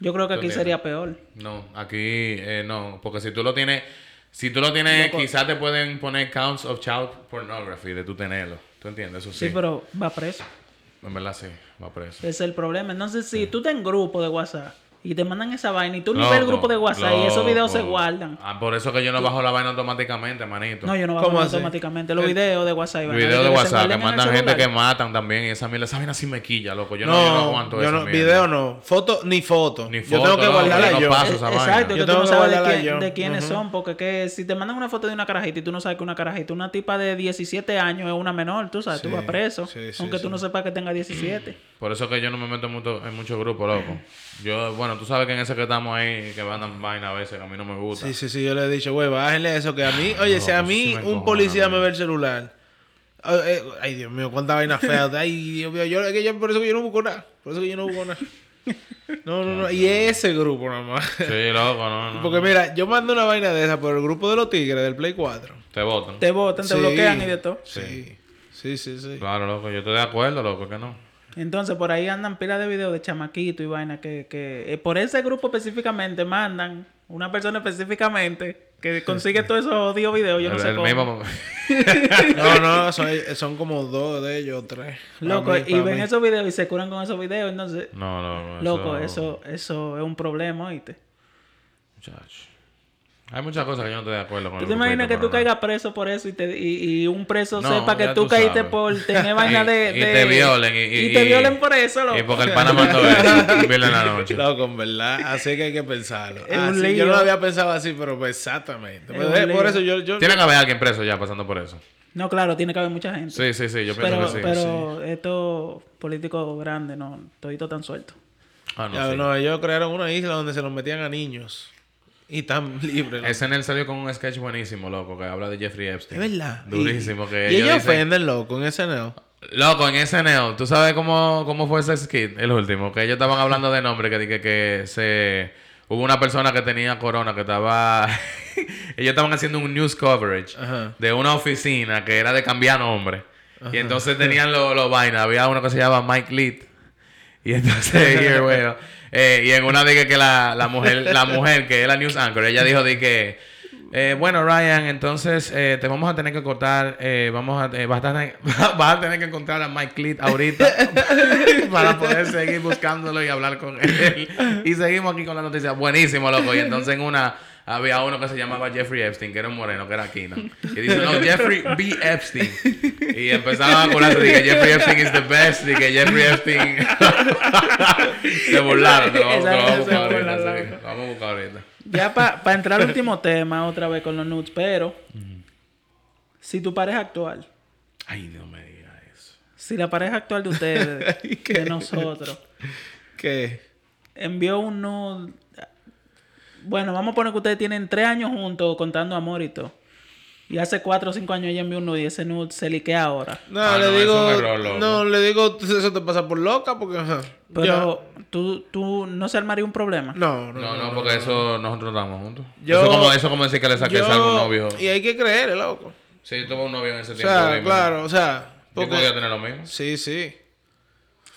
Yo creo que aquí
Entiendo.
sería peor.
No, aquí eh, no, porque si tú lo tienes, si tú lo tienes,
Loco.
quizás te pueden poner counts of child pornography de tú tenerlo. ¿Tú entiendes? Eso sí.
Sí, pero va preso.
En verdad sí, va preso.
Ese es el problema. Entonces, si tú estás en grupo de WhatsApp y te mandan esa vaina y tú ni ves el
Loco,
grupo de WhatsApp y esos videos se
loco.
guardan.
Ah, por eso que yo no bajo la vaina automáticamente, manito.
No, yo no
¿Cómo
bajo
así?
automáticamente los videos de WhatsApp. y vaina,
Videos de
que se
WhatsApp que
guardan en el
mandan gente
celular.
que matan también y esa mierda, esa vaina sí me quilla, loco. Yo no, yo no
no,
aguanto
yo
esa
no,
mierda.
video no. Foto, ni foto.
Ni
yo
foto,
tengo que
no,
guardarla
yo
yo.
no paso esa vaina.
Eh,
Yo
Exacto, que tú
tengo
no
que
sabes de,
guardarla
quién-
yo.
de quiénes
Ujú.
son, porque que si te mandan una foto de una carajita y tú no sabes que una carajita, una tipa de 17 años es una menor, tú sabes, tú
Sí,
vas preso,
sí, sí,
aunque tú
sí.
no sepas que tenga 17.
Por eso que yo no me meto mucho, en muchos grupos, loco. Yo, bueno, tú sabes que en ese que estamos ahí, que mandan vaina a veces, que a mí no me gusta.
Sí, sí, sí, yo le he dicho, güey, bájenle eso, que a mí, oye, si a
Loco, Ah, pues, sí
mí
me
un
encojona,
policía me
man.
ve el celular. Ay, eh, ay, Dios mío, cuánta vaina fea. Ay, Dios mío, yo, es que yo- por eso que yo no busco nada. Por eso que yo no busco nada. No, no, no. Y ese grupo nada más.
Sí, loco, no, no.
Porque mira, yo mando una vaina de esa por el grupo de los tigres del Play 4.
Te votan.
Te botan, te
Sí.
bloquean y de todo.
Sí. Sí, sí, sí.
Claro, loco, yo estoy de acuerdo, loco, que no.
Entonces, por ahí andan pilas de videos de chamaquito y vaina que, que eh, por ese grupo específicamente mandan una persona específicamente que consigue todos esos odios videos, yo no
El-
sé
el
cómo.
mismo-
No, no, son, son como dos de ellos, tres. Pa'
Loco,
mí,
y
pa'
ven
mí.
esos videos y se curan con esos videos, entonces,
No, loco.
loco, eso eso es un problema, ¿oíste?
Muchacho. Hay muchas cosas que yo no estoy de acuerdo con
¿Tú
el
te
grupito,
imaginas que tú
pero no.
caigas preso por eso y, te, y, y un preso
No,
sepa que
ya
tú,
tú
caíste
sabes.
por tener vaina
Y-
de,
y
de-
te violen, y- y-
y te
y-
violen por eso, loco.
Y porque el pana mandó eso. Viernes en la noche.
Loco, en verdad, así que hay que pensarlo.
Es un
Así,
lío.
yo no lo había pensado así, pero exactamente.
Es
Pues,
un
eh, por
lío.
eso yo, yo
Tiene que haber alguien preso ya pasando por eso.
No, claro, tiene que haber mucha gente.
Sí, sí, sí, yo pienso
pero
que sí.
pero estos políticos grandes, no, todito tan suelto.
Ah, no,
Ya,
sí.
no, ellos crearon una isla donde se los metían a niños. Y tan libres. loco.
Ese en él salió con un sketch buenísimo, loco, que habla de Jeffrey Epstein.
Es verdad.
Durísimo.
Y,
que
y ellos
dicen-
ofenden, loco, en ese neo.
Loco, en SNL, ¿tú sabes cómo, cómo fue ese skit? El último, que ellos estaban hablando de nombre, que dije que se... Hubo una persona que tenía corona, que estaba... ellos estaban haciendo un news coverage
Ajá.
de una oficina que era de cambiar nombre. Y entonces tenían los los vainas. Había uno que se llama Mike Lead. Y entonces, y bueno, eh, y en una dije que la, la mujer, la mujer que es la news anchor, ella dijo de que, eh, bueno, Ryan, entonces eh, te vamos a tener que cortar, eh, vamos a, eh, vas, a tener, vas a tener que encontrar a Mike Cleet ahorita para poder seguir buscándolo y hablar con él. Y seguimos aquí con la noticia. Buenísimo, loco. Y entonces en una había uno que se llamaba Jeffrey Epstein, que era un moreno, que era Kino. Y dice, no, Jeffrey B. Epstein. Y empezaban a curarse de que Jeffrey Epstein is the best y que Jeffrey Epstein... se burlaron. Te lo vamos, te lo vamos a buscar
Se burlaron,
ahorita. sí.
loco.
Lo vamos a buscar ahorita.
Ya para entrar al último tema, otra vez con los nudes, pero si tu pareja actual,
Ay, no me digas eso.
si la pareja actual de ustedes,
Ay, qué-
de nosotros,
Que
envió un nude. Bueno, vamos a poner que ustedes tienen tres años juntos contando amor y todo. Y hace cuatro o cinco años ella envió un nude y ese nude se liquea ahora.
no,
Ah,
le
no, es
digo,
un error, loco.
no, le digo, eso te pasa por loca porque ajá, yo-
Pero tú, tú no se armaría un problema.
no, no,
No, no, porque eso nosotros estamos juntos.
Yo-
eso, como, eso como decir que le saqué
yo-
algo a un novio.
Y hay que creer, loco.
Sí, yo tuve un novio en ese
O
tiempo.
sea,
dime.
claro, o sea,
Yo
porque-
podía tener lo mismo.
sí, sí.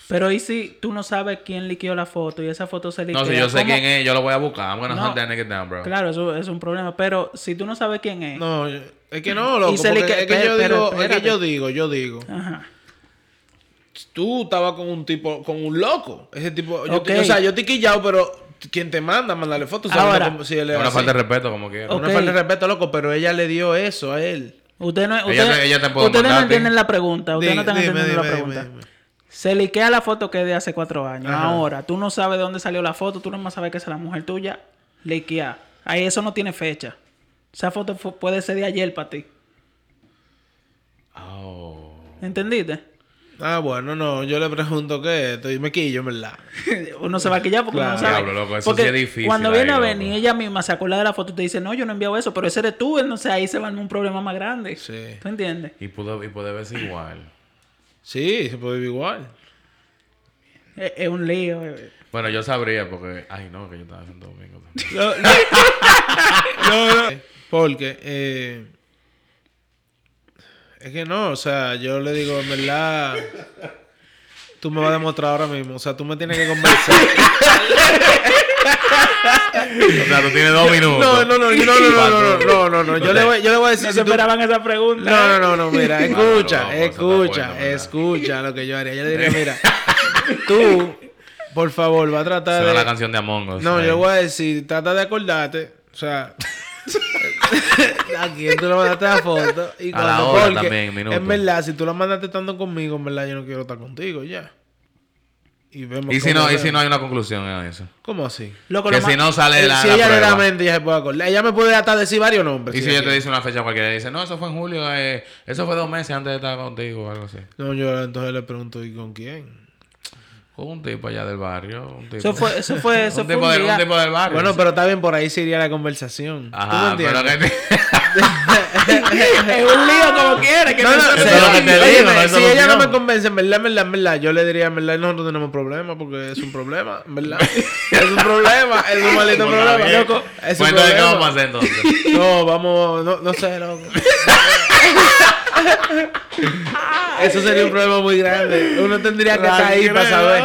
Pero y si tú no sabes quién liqueó la foto y esa foto se liquea.
No, si yo sé
¿cómo?
quién es, yo lo voy a buscar. I'm gonna
No.
hunt that nigga down, bro.
Claro, eso es un problema. Pero si tú no sabes quién es.
No, yo- es que no, loco,
Y se le
porque
que-
es que yo
pero- pero
digo, es
espérate.
que yo digo, yo digo.
Ajá.
tú estabas con un tipo, con un loco. Ese tipo, yo
Ok.
te- o sea, yo te he quillado, pero quien te manda, mandarle fotos. ¿sabes?
Ahora.
No como si él
Es
es
una
así.
falta de respeto, como quiera.
Ok.
Una falta de respeto, loco, pero ella le dio eso a él.
Usted no,
Ella
usted-
te- ella te puede
ustedes no
mandar,
entienden
¿sí?
la pregunta. Ustedes
Di-
no están
dime,
entendiendo la
dime,
pregunta.
dime, dime.
Se liquea la foto que es de hace cuatro años. Ahora, tú no sabes de dónde salió la foto, tú nomás sabes que es la mujer tuya. Liquea. Ahí eso no tiene fecha. Esa foto fu- puede ser de ayer para ti.
Oh.
¿Entendiste?
Ah, bueno, no, yo le pregunto qué es esto y me quillo, en verdad.
uno se va a quillar porque
Claro.
uno no sabe.
Diablo, loco, eso
Porque
sí es difícil
Cuando viene
ahí,
a ver
loco.
y ella misma se acuerda de la foto y te dice, no, yo no he enviado eso, pero ese eres tú, entonces ahí se va en un problema más grande.
Sí.
¿Tú entiendes?
Y pudo, y puede verse igual.
Sí, se puede vivir igual.
Es, es un lío. eh.
Bueno, yo sabría porque. Ay, no, que yo estaba en Santo Domingo. también.
No, no. No, no, Porque, eh, es que no, o sea, yo le digo, en verdad, tú me vas a demostrar ahora mismo, o sea, tú me tienes que convencer.
o sea, tú tienes dos minutos.
No, no, no, yo- no, no, no, no, no, no, no, no, yo le voy, yo le voy a decir,
No
si
se
tú-
esperaban esa pregunta.
no, no,
eh.
no, no, mira,
Bárbaro,
escucha,
vamos, eso está
escucha,
bueno, ¿verdad?
escucha lo que yo haría, yo le diría, mira, tú, por favor, va a tratar
Suena
de...
la canción de Among Us.
No,
ahí.
yo voy a decir, trata de acordarte. O sea, a quién tú le mandaste la foto. Y
A
cuando,
la hora
porque,
también, minuto.
En verdad, si tú la mandaste tanto conmigo, en verdad yo no quiero estar contigo, ya. Y vemos
¿Y si,
cómo
no, ¿Y
hacemos.
si no hay una conclusión a eso?
¿Cómo así?
Loco,
que
lo
si
más-
no sale
Eh,
la.
si
la
ella
prueba.
realmente ya se puede acordar. Ella me puede hasta decir varios nombres.
Y
si
si yo
ella
te dice una fecha cualquiera y dice, no, eso fue en julio, eh, eso fue dos meses antes de estar contigo o algo así.
quiere. No, yo entonces le pregunto, ¿y con quién?
Con un tipo allá del barrio. Un tipo,
Eso fue, eso fue, eso
un
fue
tipo
un
del, un
día.
tipo del barrio.
Bueno, pero está bien, por ahí se iría la conversación.
Ajá,
¿Tú me
pero
entiendes? Este
que.
es un lío como quiera. Que
No, no,
Eso
sí,
es lo que te
oye,
digo, no es
si ella no
solución.
me convence, en verdad, en verdad, en verdad, yo le diría, en verdad, nosotros tenemos problemas porque es un problema, en verdad. es un problema, es un maldito
Pues está
problema,
bien.
loco. Es
Pues
un
entonces, ¿qué
problema.
vamos a hacer entonces?
No, vamos, no, no sé, loco. Eso sería un problema muy grande. Uno tendría que estar ahí para saber.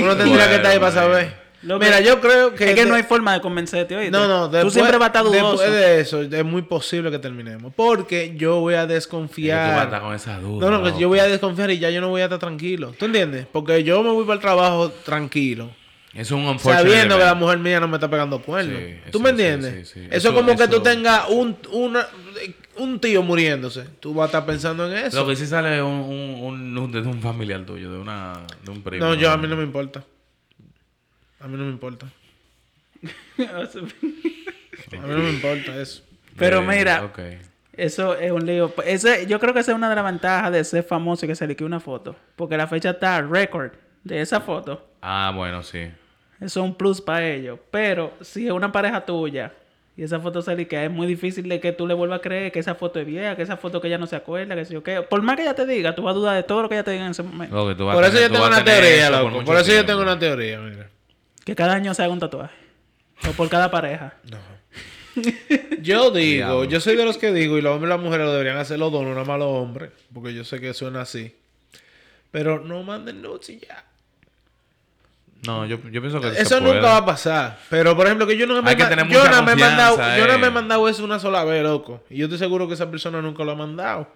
Uno tendría que estar ahí para
Bueno,
saber.
Loco,
Mira, yo creo que... este-
es que no hay forma de convencerte, oye.
No, no,
Tú siempre vas a estar dudoso.
Después de eso, es muy posible que terminemos. Porque yo voy a
Y tú vas a
desconfiar.
estar con esa duda.
No, no, que
loco.
yo voy a desconfiar y ya yo no voy a estar tranquilo. ¿Tú entiendes? Porque yo me voy para el trabajo tranquilo.
Es un unfortunate
Sabiendo que la
event.
mujer mía no me está pegando cuernos.
Sí,
¿Tú
sí,
me
sí,
entiendes?
sí, sí.
Eso
Eso-
es como que tú
eso-
tengas un, una- un tío muriéndose. Tú vas a estar pensando en
Lo
eso.
que sí sale es un, un, un, de un familiar tuyo, de, una, de un primo.
No, yo a mí no me importa. A mí no me importa. A mí no me importa eso.
Pero
Eh,
mira,
ok.
Eso es un lío. Ese, yo creo que esa es una de las ventajas de ser famoso y que se liquide una foto. Porque la fecha está récord de esa foto.
Ah, bueno, sí.
Eso es un plus para ellos. Pero si es una pareja tuya y esa foto se liquea, es muy difícil de que tú le vuelvas a creer que esa foto es vieja, que esa foto que ella no se acuerda, que sé yo qué. Por más que ella te diga, tú vas a dudar de todo lo que ella te diga en ese momento.
Lo que tú vas
Por
a
eso yo
tener- tú
tengo
vas a
una
tener
teoría,
eso por
loco.
mucho
Por eso yo
tiempo.
tengo una teoría, mira.
Que cada año se haga un tatuaje. O por cada pareja.
Yo digo,
Diablo.
yo soy de los que digo, y los hombres y las mujeres lo deberían hacer los dos, no nada más los hombres, porque yo sé que suena así. Pero no manden nudes y ya.
No, yo, yo pienso que se
Eso
puede.
nunca va a pasar. Pero por ejemplo, que yo no me,
Hay que
ma-
tener
yo
mucha
no me he mandado,
confianza,
yo no
eh.
me he mandado eso una sola vez, loco. Y yo estoy seguro que esa persona nunca lo ha mandado.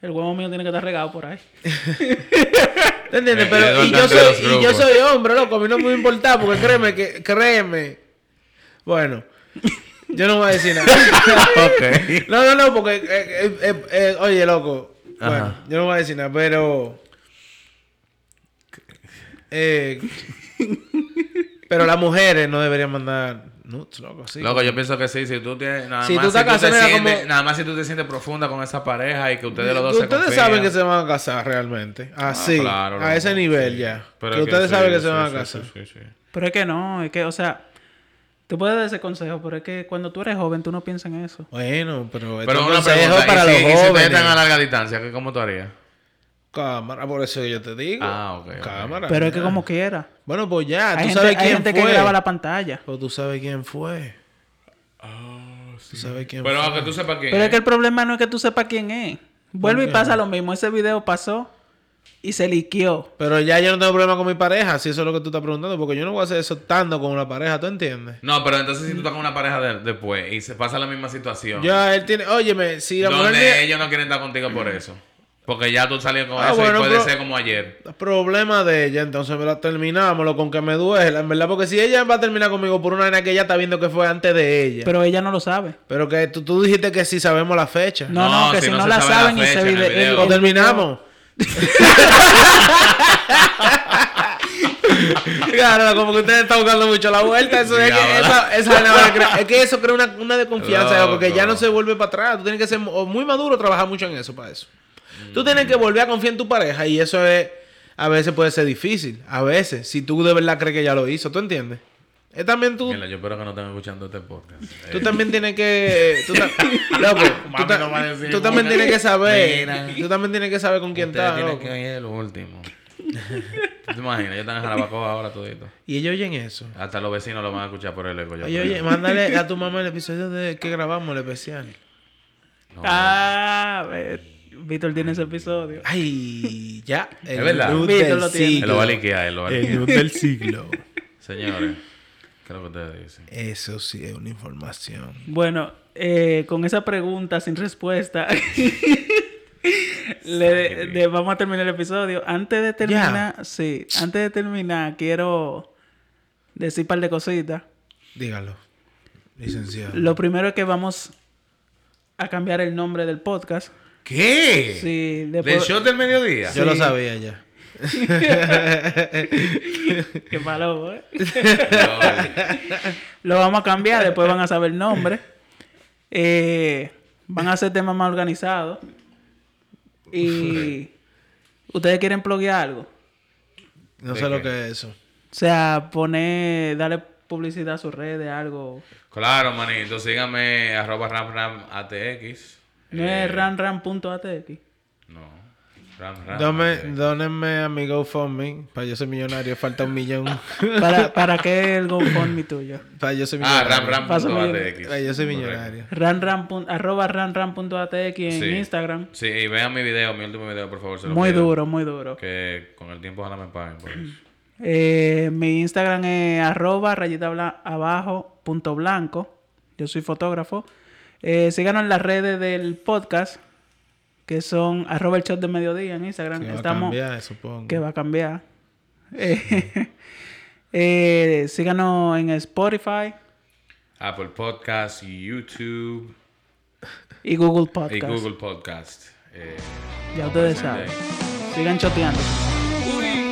El huevo mío tiene que estar regado por ahí.
¿Te entiendes?
Eh,
Pero,
eh,
y, yo
durante
soy,
los
y yo
grupos.
soy hombre, loco. A mí no me importa porque créeme que, créeme. Bueno, yo no voy a decir nada.
Ok.
No, no, no, porque, eh, eh, eh, eh, oye, loco, bueno,
Ajá.
yo no voy a decir nada, pero... Eh, pero las mujeres no deberían mandar nudes, loco, sí.
Loco, yo pienso que sí. Si tú tienes... Nada
Si
más
tú estás
si tú te
casado, mira,
sientes...
como-
Nada más si tú te sientes profunda con esa pareja y que ustedes los dos se
ustedes
confían. Ah,
saben que se van a casar realmente, así,
claro,
a
loco,
ese nivel
sí.
ya.
Pero
que
es
ustedes
sí,
saben que
sí,
se van
sí,
a casar.
Sí, sí, sí.
Pero es que no, es que, o sea, tú puedes dar ese consejo, pero es que cuando tú eres joven, tú no piensas en eso.
Bueno, pero,
Pero una
consejo
pregunta.
para
¿Y
los
si, y si ustedes
jóvenes.
están a larga distancia, ¿qué- ¿cómo tú harías?
Cámara, por eso yo te digo.
Ah, ok, ok.
Cámara.
Pero es
ya.
que como quiera.
Bueno, pues ya, tú
hay gente,
sabes
hay
quién
gente
fue.
que graba la pantalla.
Pero tú sabes quién fue. Tú sabes quién
Ah, Pero
fue.
aunque tú sepas quién
Pero es
es.
que el problema no es que tú sepas quién es. Vuelve y pasa lo mismo. Ese video pasó y se liqueó.
Pero ya yo no tengo problema con mi pareja, si eso es lo que tú estás preguntando, porque yo no voy a hacer eso estando con una pareja, ¿tú entiendes?
No, pero entonces si tú estás con una pareja de- después y se pasa la misma situación.
Ya él tiene, óyeme, si la mujer
donde
mía-
ellos no quieren estar contigo por eso. Porque ya tú salías con
Ah,
eso
bueno,
y puede
pero-
ser como ayer.
problema de ella, entonces me la terminámoslo con que me duela, en verdad, porque si ella va a terminar conmigo por una vaina que ella está viendo que fue antes de ella. Pero,
Pero ella no lo sabe.
que tú, tú dijiste que sí sabemos la fecha.
No, no,
No,
que
si
si
no
no,
se
la
sabe la
saben y
fecha
se
en el
vide- el-
video.
O
el video-
terminamos. Claro, como que ustedes están buscando mucho la vuelta. Eso es, que,
Diabla.
esa- esa vaina va a crear- es que eso crea una, una desconfianza,
Loco.
porque ya no se vuelve para atrás. Tú tienes que ser o muy maduro o trabajar mucho en eso para eso. Tú tienes que volver a confiar en tu pareja y eso es, a veces puede ser difícil. A veces, si tú de verdad crees que ya lo hizo, ¿tú entiendes? Es también tú,
Mira, yo espero que no estén escuchando este podcast.
tú
Eh,
también tienes que... eh, Tú, ta- loco, tú, ta-
Mami no va a decir,
tú también
mira.
tienes que saber.
Mira.
Tú también tienes que saber con quién
ustedes
estás.
tienen
loco.
que oír lo último. ¿Tú te imaginas? Yo están en Jarabacoa ahora todito.
Y ellos oyen eso.
Hasta los vecinos lo van a escuchar por el eco. yo
Oye,
creo.
oye, mándale a tu mamá el episodio de que grabamos, el especial.
No,
Ah, ve- Víctor tiene ese episodio.
Ay, ya. El
verdad.
look
Víctor
del
lo tiene.
Él lo va a
siglo.
liquear, él lo va a
El
liquear.
look del siglo.
Señores, ¿qué es lo que ustedes dicen?
Eso sí es una información.
Bueno, eh, con esa pregunta sin respuesta, le- de- vamos a terminar el episodio. Antes de terminar, sí, antes de terminar, quiero decir un par de cositas.
Dígalo, licenciado.
Lo primero es que vamos a cambiar el nombre del podcast.
¿Qué?
Sí,
¿Del
después-
show del mediodía?
Yo lo
Sí.
sabía ya.
Qué malo, ¿eh?
No,
Lo vamos a cambiar, después van a saber el nombre. Eh, van a hacer temas más organizados. Y ustedes quieren pluguear algo. O
No
¿De
sé lo
qué?
que es eso.
sea, poner, darle publicidad a sus redes, algo.
Claro, manito, síganme arroba ramramatx.
No es ranran.atx.
Eh, No, ramram.
Dame,
ATX.
dónenme a mi GoFundMe. Para yo ser millonario, falta un millón.
¿Para, ¿Para qué el GoFundMe tuyo?
Para yo ser
Ah,
millonario.
ramram.atx.
Para yo ser
Correcto.
millonario.
Ranran. pun- Arroba ranran.atx en
Sí.
Instagram.
Sí, y vean mi video, mi último video, por favor. se lo
Muy
pido.
duro, muy duro.
Que con el tiempo ojalá me paguen por eso.
Eh, mi Instagram es arroba rayita bla- abajo punto blanco. Yo soy fotógrafo. Eh, síganos en las redes del podcast, que son arroba el shot de mediodía en Instagram.
Que va a
Estamos,
cambiar, supongo.
que va a cambiar. Eh, eh, síganos en Spotify
Apple Ah, Podcast, YouTube
y Google Podcast.
y Google Podcast. Eh,
Ya ustedes
presente
saben. Sigan choteando.
ahí.